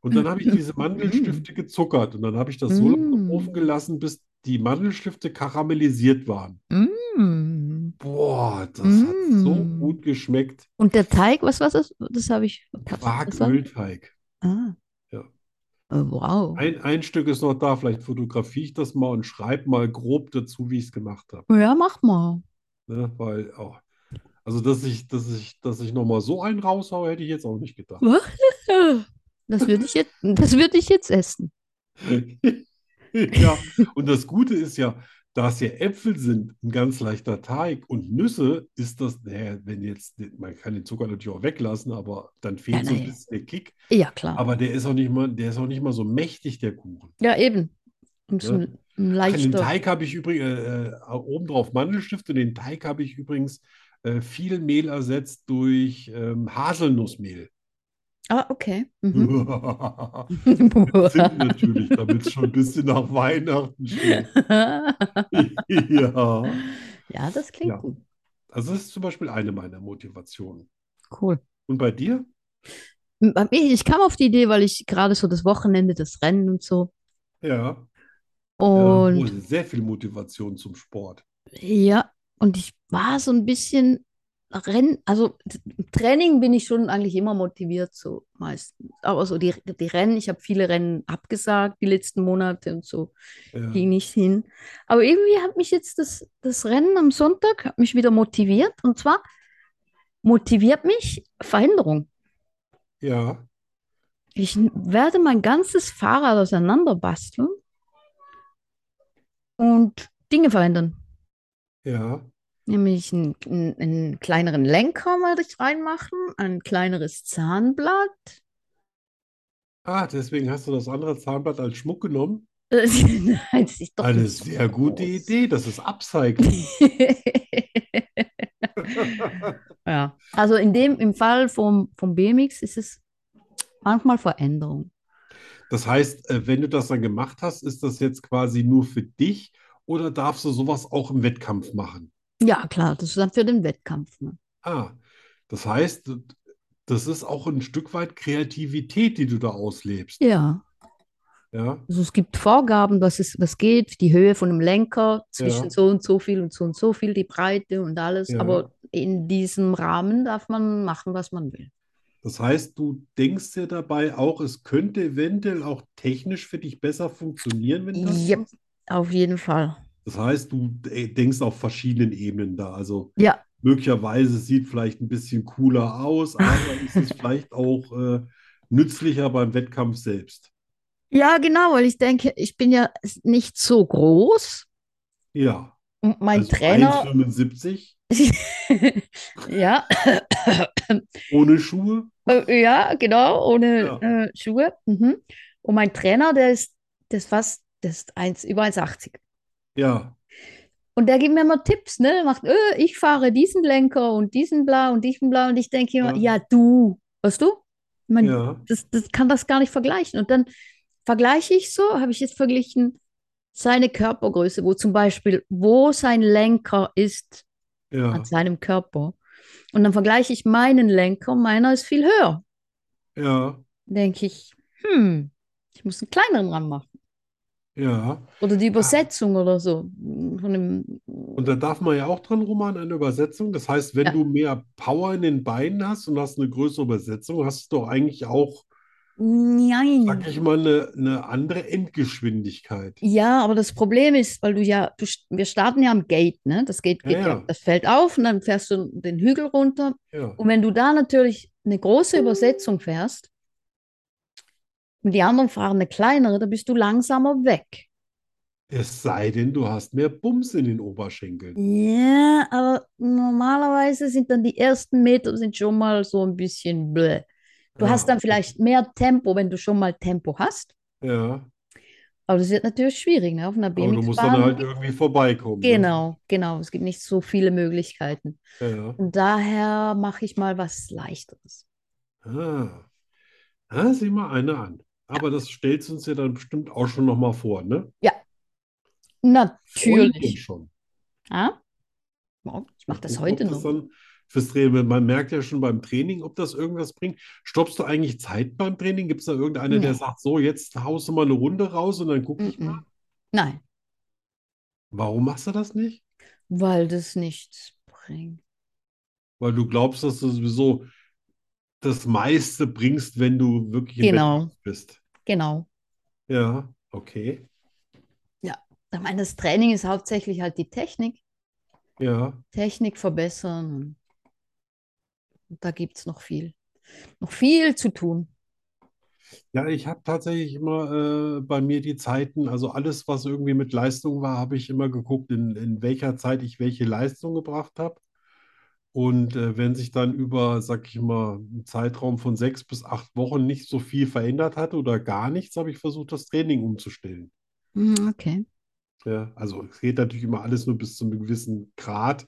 B: Und dann habe ich diese Mandelstifte gezuckert und dann habe ich das so lange im
A: Mm.
B: Ofen gelassen, bis die Mandelstifte karamellisiert waren.
A: Mm.
B: Boah, das hat
A: Mm.
B: so gut geschmeckt.
A: Und der Teig, was war das? Das habe ich. das war-
B: Quarkölteig.
A: Ah.
B: Ja.
A: Oh, wow.
B: Ein, ein Stück ist noch da. Vielleicht fotografiere ich das mal und schreibe mal grob dazu, wie ich es gemacht habe.
A: Ja, mach mal.
B: Ne? Weil, oh, also dass ich, dass ich, dass ich nochmal so einen raushaue, hätte ich jetzt auch nicht gedacht.
A: Das würde ich jetzt, das würde ich jetzt essen.
B: (laughs) Ja, und das Gute ist ja, da es ja Äpfel sind, ein ganz leichter Teig und Nüsse, ist das, naja, wenn jetzt, man kann den Zucker natürlich auch weglassen, aber dann fehlt
A: Ja,
B: so ein
A: naja.
B: bisschen der Kick.
A: Ja, klar.
B: Aber der ist auch nicht mal, der ist auch nicht mal so mächtig, der Kuchen.
A: ja, eben. Ein bisschen
B: Ach, und den
A: leichter.
B: Teig habe ich übrigens, äh, äh, obendrauf Mandelstift und den Teig habe ich übrigens äh, viel Mehl ersetzt durch ähm, Haselnussmehl.
A: Ah, okay. Mhm.
B: (laughs) Zimt natürlich, damit es schon ein bisschen nach
A: (laughs)
B: Weihnachten schmeckt. Ja.
A: (laughs) ja, das klingt
B: Ja.
A: gut.
B: Also das ist zum Beispiel eine meiner Motivationen.
A: Cool.
B: Und bei dir?
A: Bei mir- Ich kam auf die Idee, weil ich gerade so das Wochenende, das Rennen und so.
B: Ja.
A: Und
B: Ja, sehr viel Motivation zum Sport.
A: Ja, und ich war so ein bisschen Rennen, also t- Training bin ich schon eigentlich immer motiviert, so meistens. Aber so die, die Rennen, ich habe viele Rennen abgesagt die letzten Monate und so
B: Ja.
A: ging nicht hin. Aber irgendwie hat mich jetzt das, das Rennen am Sonntag hat mich wieder motiviert. Und zwar motiviert mich Verhinderung.
B: Ja.
A: Ich n- werde mein ganzes Fahrrad auseinanderbasteln und Dinge verändern.
B: Ja.
A: Nämlich einen, einen, einen kleineren Lenker mal richtig reinmachen, ein kleineres Zahnblatt. (laughs)
B: Ah, deswegen hast du das andere Zahnblatt als Schmuck genommen.
A: Äh, Nein, das ist doch
B: Eine
A: nicht so
B: sehr gute
A: groß.
B: Idee, das ist Upcycling.
A: (laughs) Ja, also in dem, im Fall vom, vom BMX ist es manchmal Veränderung.
B: Das heißt, äh, wenn du das dann gemacht hast, ist das jetzt quasi nur für dich oder darfst du sowas auch im Wettkampf machen?
A: Ja, klar, das ist dann für den Wettkampf. Ne?
B: Ah, das heißt, das ist auch ein Stück weit Kreativität, die du da auslebst.
A: Ja,
B: Ja,
A: also es gibt Vorgaben, was, ist, was geht, die Höhe von dem Lenker, zwischen
B: Ja.
A: so und so viel und so und so viel, die Breite und alles.
B: Ja.
A: Aber in diesem Rahmen darf man machen, was man will.
B: das heißt, du denkst dir dabei auch, es könnte eventuell auch technisch für dich besser funktionieren, wenn du das
A: Yep.
B: machst.
A: Auf jeden Fall.
B: Das heißt, du äh, denkst auf verschiedenen Ebenen da. Also
A: Ja.
B: möglicherweise sieht vielleicht ein bisschen cooler aus, aber ist
A: (laughs)
B: es vielleicht auch äh, nützlicher beim Wettkampf selbst.
A: Ja, genau, weil ich denke, ich bin ja s- nicht so groß.
B: Ja,
A: Und mein
B: also
A: Trainer,
B: 1,75
A: (laughs) ja,
B: ohne Schuhe.
A: äh, ja, genau, ohne
B: Ja.
A: äh, Schuhe. Mhm. Und mein Trainer, der ist, der ist fast, der ist eins, über 1,80.
B: Ja,
A: Und der gibt mir immer Tipps, ne? Der macht, äh, ich fahre diesen Lenker und diesen bla und diesen bla. Und ich denke immer,
B: Ja.
A: ja, du, weißt du? Ich meine,
B: ja.
A: das, das kann das gar nicht vergleichen. Und dann vergleiche ich so, habe ich jetzt verglichen, seine Körpergröße, wo zum Beispiel, wo sein Lenker ist
B: Ja,
A: an seinem Körper. Und dann vergleiche ich meinen Lenker, meiner ist viel höher.
B: ja,
A: Denke ich, hm, ich muss einen kleineren dran machen.
B: ja.
A: Oder die Übersetzung oder so. Von dem,
B: Und da darf man ja auch dran rum an einer Übersetzung. Das heißt, wenn
A: Ja.
B: du mehr Power in den Beinen hast und hast eine größere Übersetzung, hast du doch eigentlich auch, sag
A: nein.
B: ich mal, eine, eine andere Endgeschwindigkeit.
A: Mhm. Ja, aber das Problem ist, weil du ja, du, st- wir starten ja am Gate, ne? Das Gate
B: Ja,
A: geht ja,
B: ja.
A: das fällt auf und dann fährst du den Hügel runter
B: Ja,
A: Und wenn du da natürlich eine große Übersetzung fährst und die anderen fahren eine kleinere, dann bist du langsamer weg.
B: es sei denn, du hast mehr Bums in den
A: Mhm.
B: Oberschenkeln.
A: Ja, aber normalerweise sind dann die ersten Meter sind schon mal so ein bisschen bläh. Du
B: Ja,
A: hast dann
B: okay.
A: vielleicht mehr Tempo, wenn du schon mal Tempo hast.
B: Ja,
A: Aber das wird natürlich schwierig, ne? Auf einer
B: aber du musst dann
A: BMX-Bahn.
B: halt irgendwie vorbeikommen. ne?
A: Genau, genau. Es gibt nicht so viele Möglichkeiten.
B: Ja.
A: Und daher mache ich mal was Leichteres.
B: Ah. Ah, sieh mal einer an. Aber das stellst du uns ja dann bestimmt auch schon nochmal vor, ne? Freut
A: Natürlich.
B: mich schon.
A: Ja? Ja, Ich mache das
B: Gucken,
A: heute
B: ob das
A: noch.
B: dann fürs Training, man merkt ja schon beim Training, ob das irgendwas bringt. Stoppst du eigentlich Zeit beim Training? Gibt es da irgendeinen, der
A: Nee.
B: sagt, so, jetzt haust du mal eine Runde raus und dann guck ich
A: Mm-mm.
B: mal?
A: Nein,
B: Warum machst du das nicht?
A: weil das nichts bringt.
B: Weil du glaubst, dass du sowieso das meiste bringst, wenn du wirklich im
A: Genau.
B: Wettkampf bist.
A: Genau.
B: Ja, okay.
A: Ich meine, das Training ist hauptsächlich halt die Technik.
B: Ja,
A: Technik verbessern. und- Und da gibt es noch viel. Noch viel zu tun.
B: ja, ich habe tatsächlich immer äh, bei mir die Zeiten, also alles, was irgendwie mit Leistung war, habe ich immer geguckt, in, in welcher Zeit ich welche Leistung gebracht habe. Und äh, wenn sich dann über, sag ich mal, einen Zeitraum von sechs bis acht Wochen nicht so viel verändert hat oder gar nichts, habe ich versucht, das Training umzustellen.
A: Hm, Okay.
B: Ja, also es geht natürlich immer alles nur bis zu einem gewissen Grad.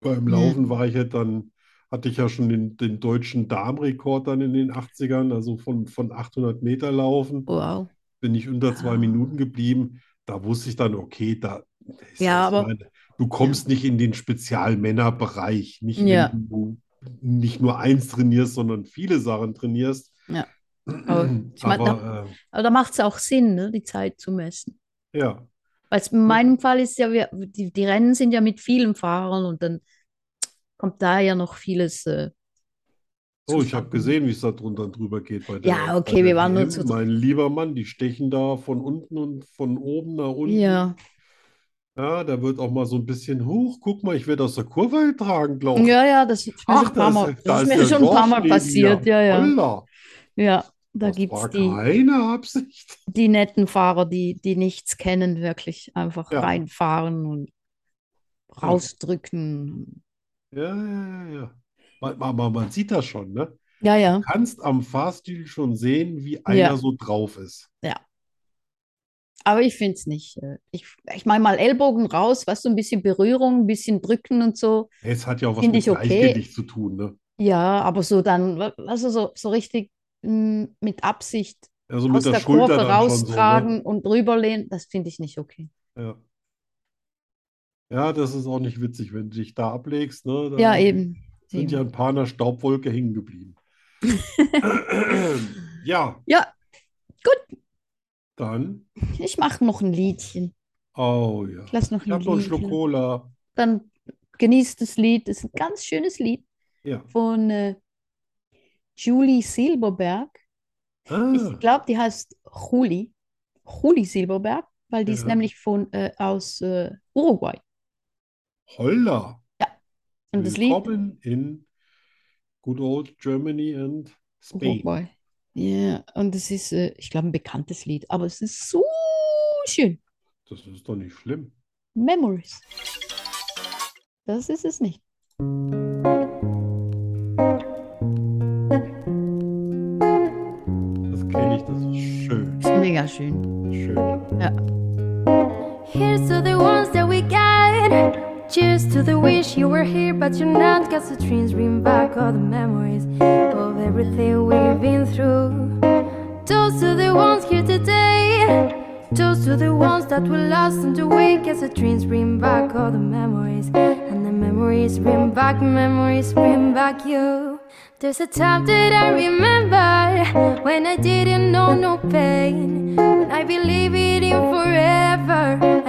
B: Beim
A: Ja.
B: Laufen war ich ja dann, hatte ich ja schon den, den deutschen Darmrekord dann in den 80ern, also von, von 800 Meter laufen,
A: Wow.
B: bin ich unter zwei
A: Ah.
B: Minuten geblieben. Da wusste ich dann, okay, da ich
A: Ja, aber-
B: meine, du kommst nicht in den Spezialmännerbereich, nicht wenn
A: Ja.
B: du nicht nur eins trainierst, sondern viele Sachen trainierst. (clears throat)
A: Ja. Aber ich mein,
B: Aber
A: Aber da macht es auch Sinn, ne, die Zeit zu messen.
B: äh, ja,
A: Weil in meinem Fall ist ja, wir, die, die Rennen sind ja mit vielen Fahrern und dann kommt da ja noch vieles. Äh,
B: Oh, ich habe
A: zustande.
B: gesehen, wie es da drunter und drüber geht
A: Ja,
B: bei der,
A: okay,
B: bei der
A: wir waren nur
B: WM.
A: zu-
B: Mein lieber Mann, die stechen da von unten und von oben nach unten.
A: Ja,
B: Ja, da wird auch mal so ein bisschen hoch. Guck mal, ich werde aus der Kurve getragen, glaube ich.
A: ja, ja, das ist mir
B: Ach,
A: schon ein paar
B: da
A: Mal,
B: ist, da
A: das ist
B: ist
A: mir
B: der
A: schon ein paar
B: George
A: Mal
B: neben mir.
A: passiert. Ja, ja,
B: Holla,
A: ja. Da
B: das
A: gibt es
B: war
A: die.
B: keine Absicht.
A: die netten Fahrer, die, die nichts kennen, wirklich einfach
B: Ja.
A: reinfahren und rausdrücken.
B: Ja, ja, ja, ja. Man, man, man- man sieht das schon, ne?
A: Ja, ja.
B: Du kannst am Fahrstil schon sehen, wie einer so drauf ist.
A: Aber ich finde es nicht. äh, Ich, ich meine mal Ellbogen raus, was so ein bisschen Berührung, ein bisschen drücken und so.
B: Es hat ja auch was
A: Finde
B: mit
A: ich okay.
B: Gleichgewicht zu tun, ne?
A: Ja, aber so dann, wa- weißt du, so, so richtig mh, mit Absicht
B: Also mit
A: aus
B: der
A: der
B: Schulter
A: Kurve
B: dann schon so, ne?
A: raustragen und drüberlehnen, das finde ich nicht okay.
B: Ja. Ja, das ist auch nicht witzig, wenn du dich da ablegst, ne?
A: Ja,
B: Da
A: eben.
B: sind
A: eben.
B: ja ein paar in der Staubwolke
A: (laughs)
B: hängen geblieben. Ja,
A: Ja,
B: dann.
A: ich mache noch ein Liedchen.
B: Oh ja.
A: Ich lasse noch
B: Ich
A: ein
B: habe noch einen Schluck
A: Liedchen.
B: Cola.
A: Dann genießt das Lied. Das ist ein ganz schönes Lied.
B: Ja.
A: von äh, Julie Silberberg.
B: Ah,
A: Ich glaube, die heißt Juli. Juli Silberberg, weil die ist
B: Ja.
A: nämlich von, äh, aus äh, Uruguay.
B: holla.
A: Und das Lied
B: Willkommen in good old Germany and Spain.
A: Uruguay. Ja, und das ist, äh, ich glaube, ein bekanntes Lied, aber es ist so schön.
B: Das ist doch nicht schlimm.
A: Memories. Das ist es nicht.
B: Das kenne ich, das ist schön.
A: Ist mega schön.
B: Schön.
F: Here's to the ones that we got. Cheers to the wish you were here, but you're not. Cause the dreams bring back all the memories of everything we've been through. Toast to the ones here today. Toast to the ones that were lost on the way. Cause the dreams bring back all the memories. And the memories bring back, memories bring back you. There's a time that I remember when I didn't know no pain. When I believed it in forever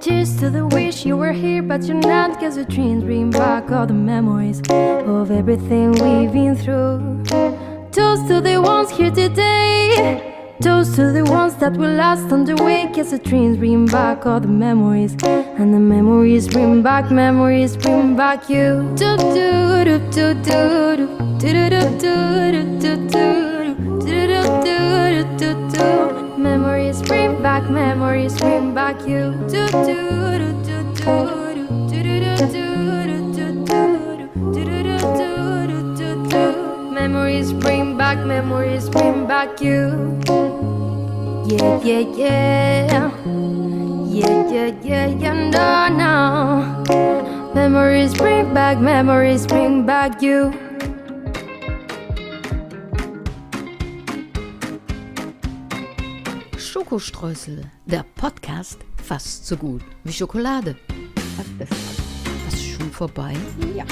F: Cheers to the wish you were here, but you're not. Cause the dreams bring back all the memories of everything we've been through. Toast to the ones here today. Toast to the ones that were lost on the way. Cause the dreams bring back all the memories. And the memories bring back, memories bring back you. Do do do do do do do do do do do do do do do do do Memories bring back, memories bring back you. Do do do do do do do do do do do do do do do do Memories bring back, memories bring back you. Yeah, yeah, yeah. Yeah, yeah, yeah, you know now. Memories bring back, memories bring back you.
C: Schokostreusel, der Podcast fast so gut wie Schokolade.
A: What the fuck?
C: Was ist schon vorbei?
A: Ja.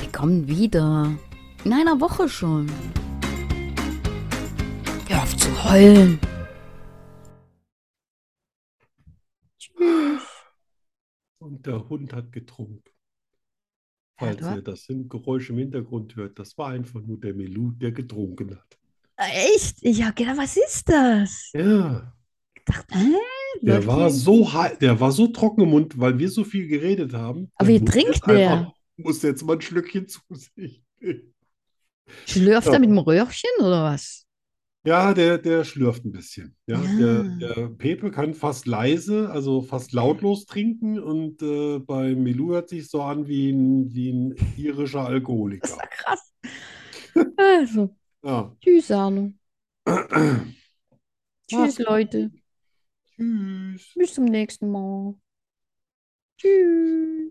C: Wir kommen wieder. In einer Woche schon. Hör auf zu heulen.
B: Und der Hund hat getrunken.
A: Ja,
B: Falls
A: du hast-
B: ihr das Hin- Geräusch im Hintergrund hört, das war einfach nur der Melu, der getrunken hat.
A: Ah, Echt? Ich hab gedacht, was ist das?
B: Ja,
A: Ich dachte, hä?
B: der
A: Läuft
B: war
A: hier-
B: so hei- der war so trocken im Mund, weil wir so viel geredet haben.
A: Aber
B: der
A: wie
B: muss
A: trinkt
B: jetzt
A: der?
B: einfach- Muss jetzt mal ein Schlückchen zu sich. nehmen.
A: Schlürft
B: Ja.
A: er mit dem Röhrchen oder was?
B: Ja, der, der schlürft ein bisschen. Ja,
A: Ja.
B: der, der Pepe kann fast leise, also fast lautlos trinken und äh, bei Melu hört sich so an wie ein, wie ein irischer Alkoholiker.
A: Krass. Also,
B: Ja.
A: tschüss, (clears throat) Arno. Tschüss, Leute.
B: Tschüss.
A: Bis zum nächsten Mal. Tschüss.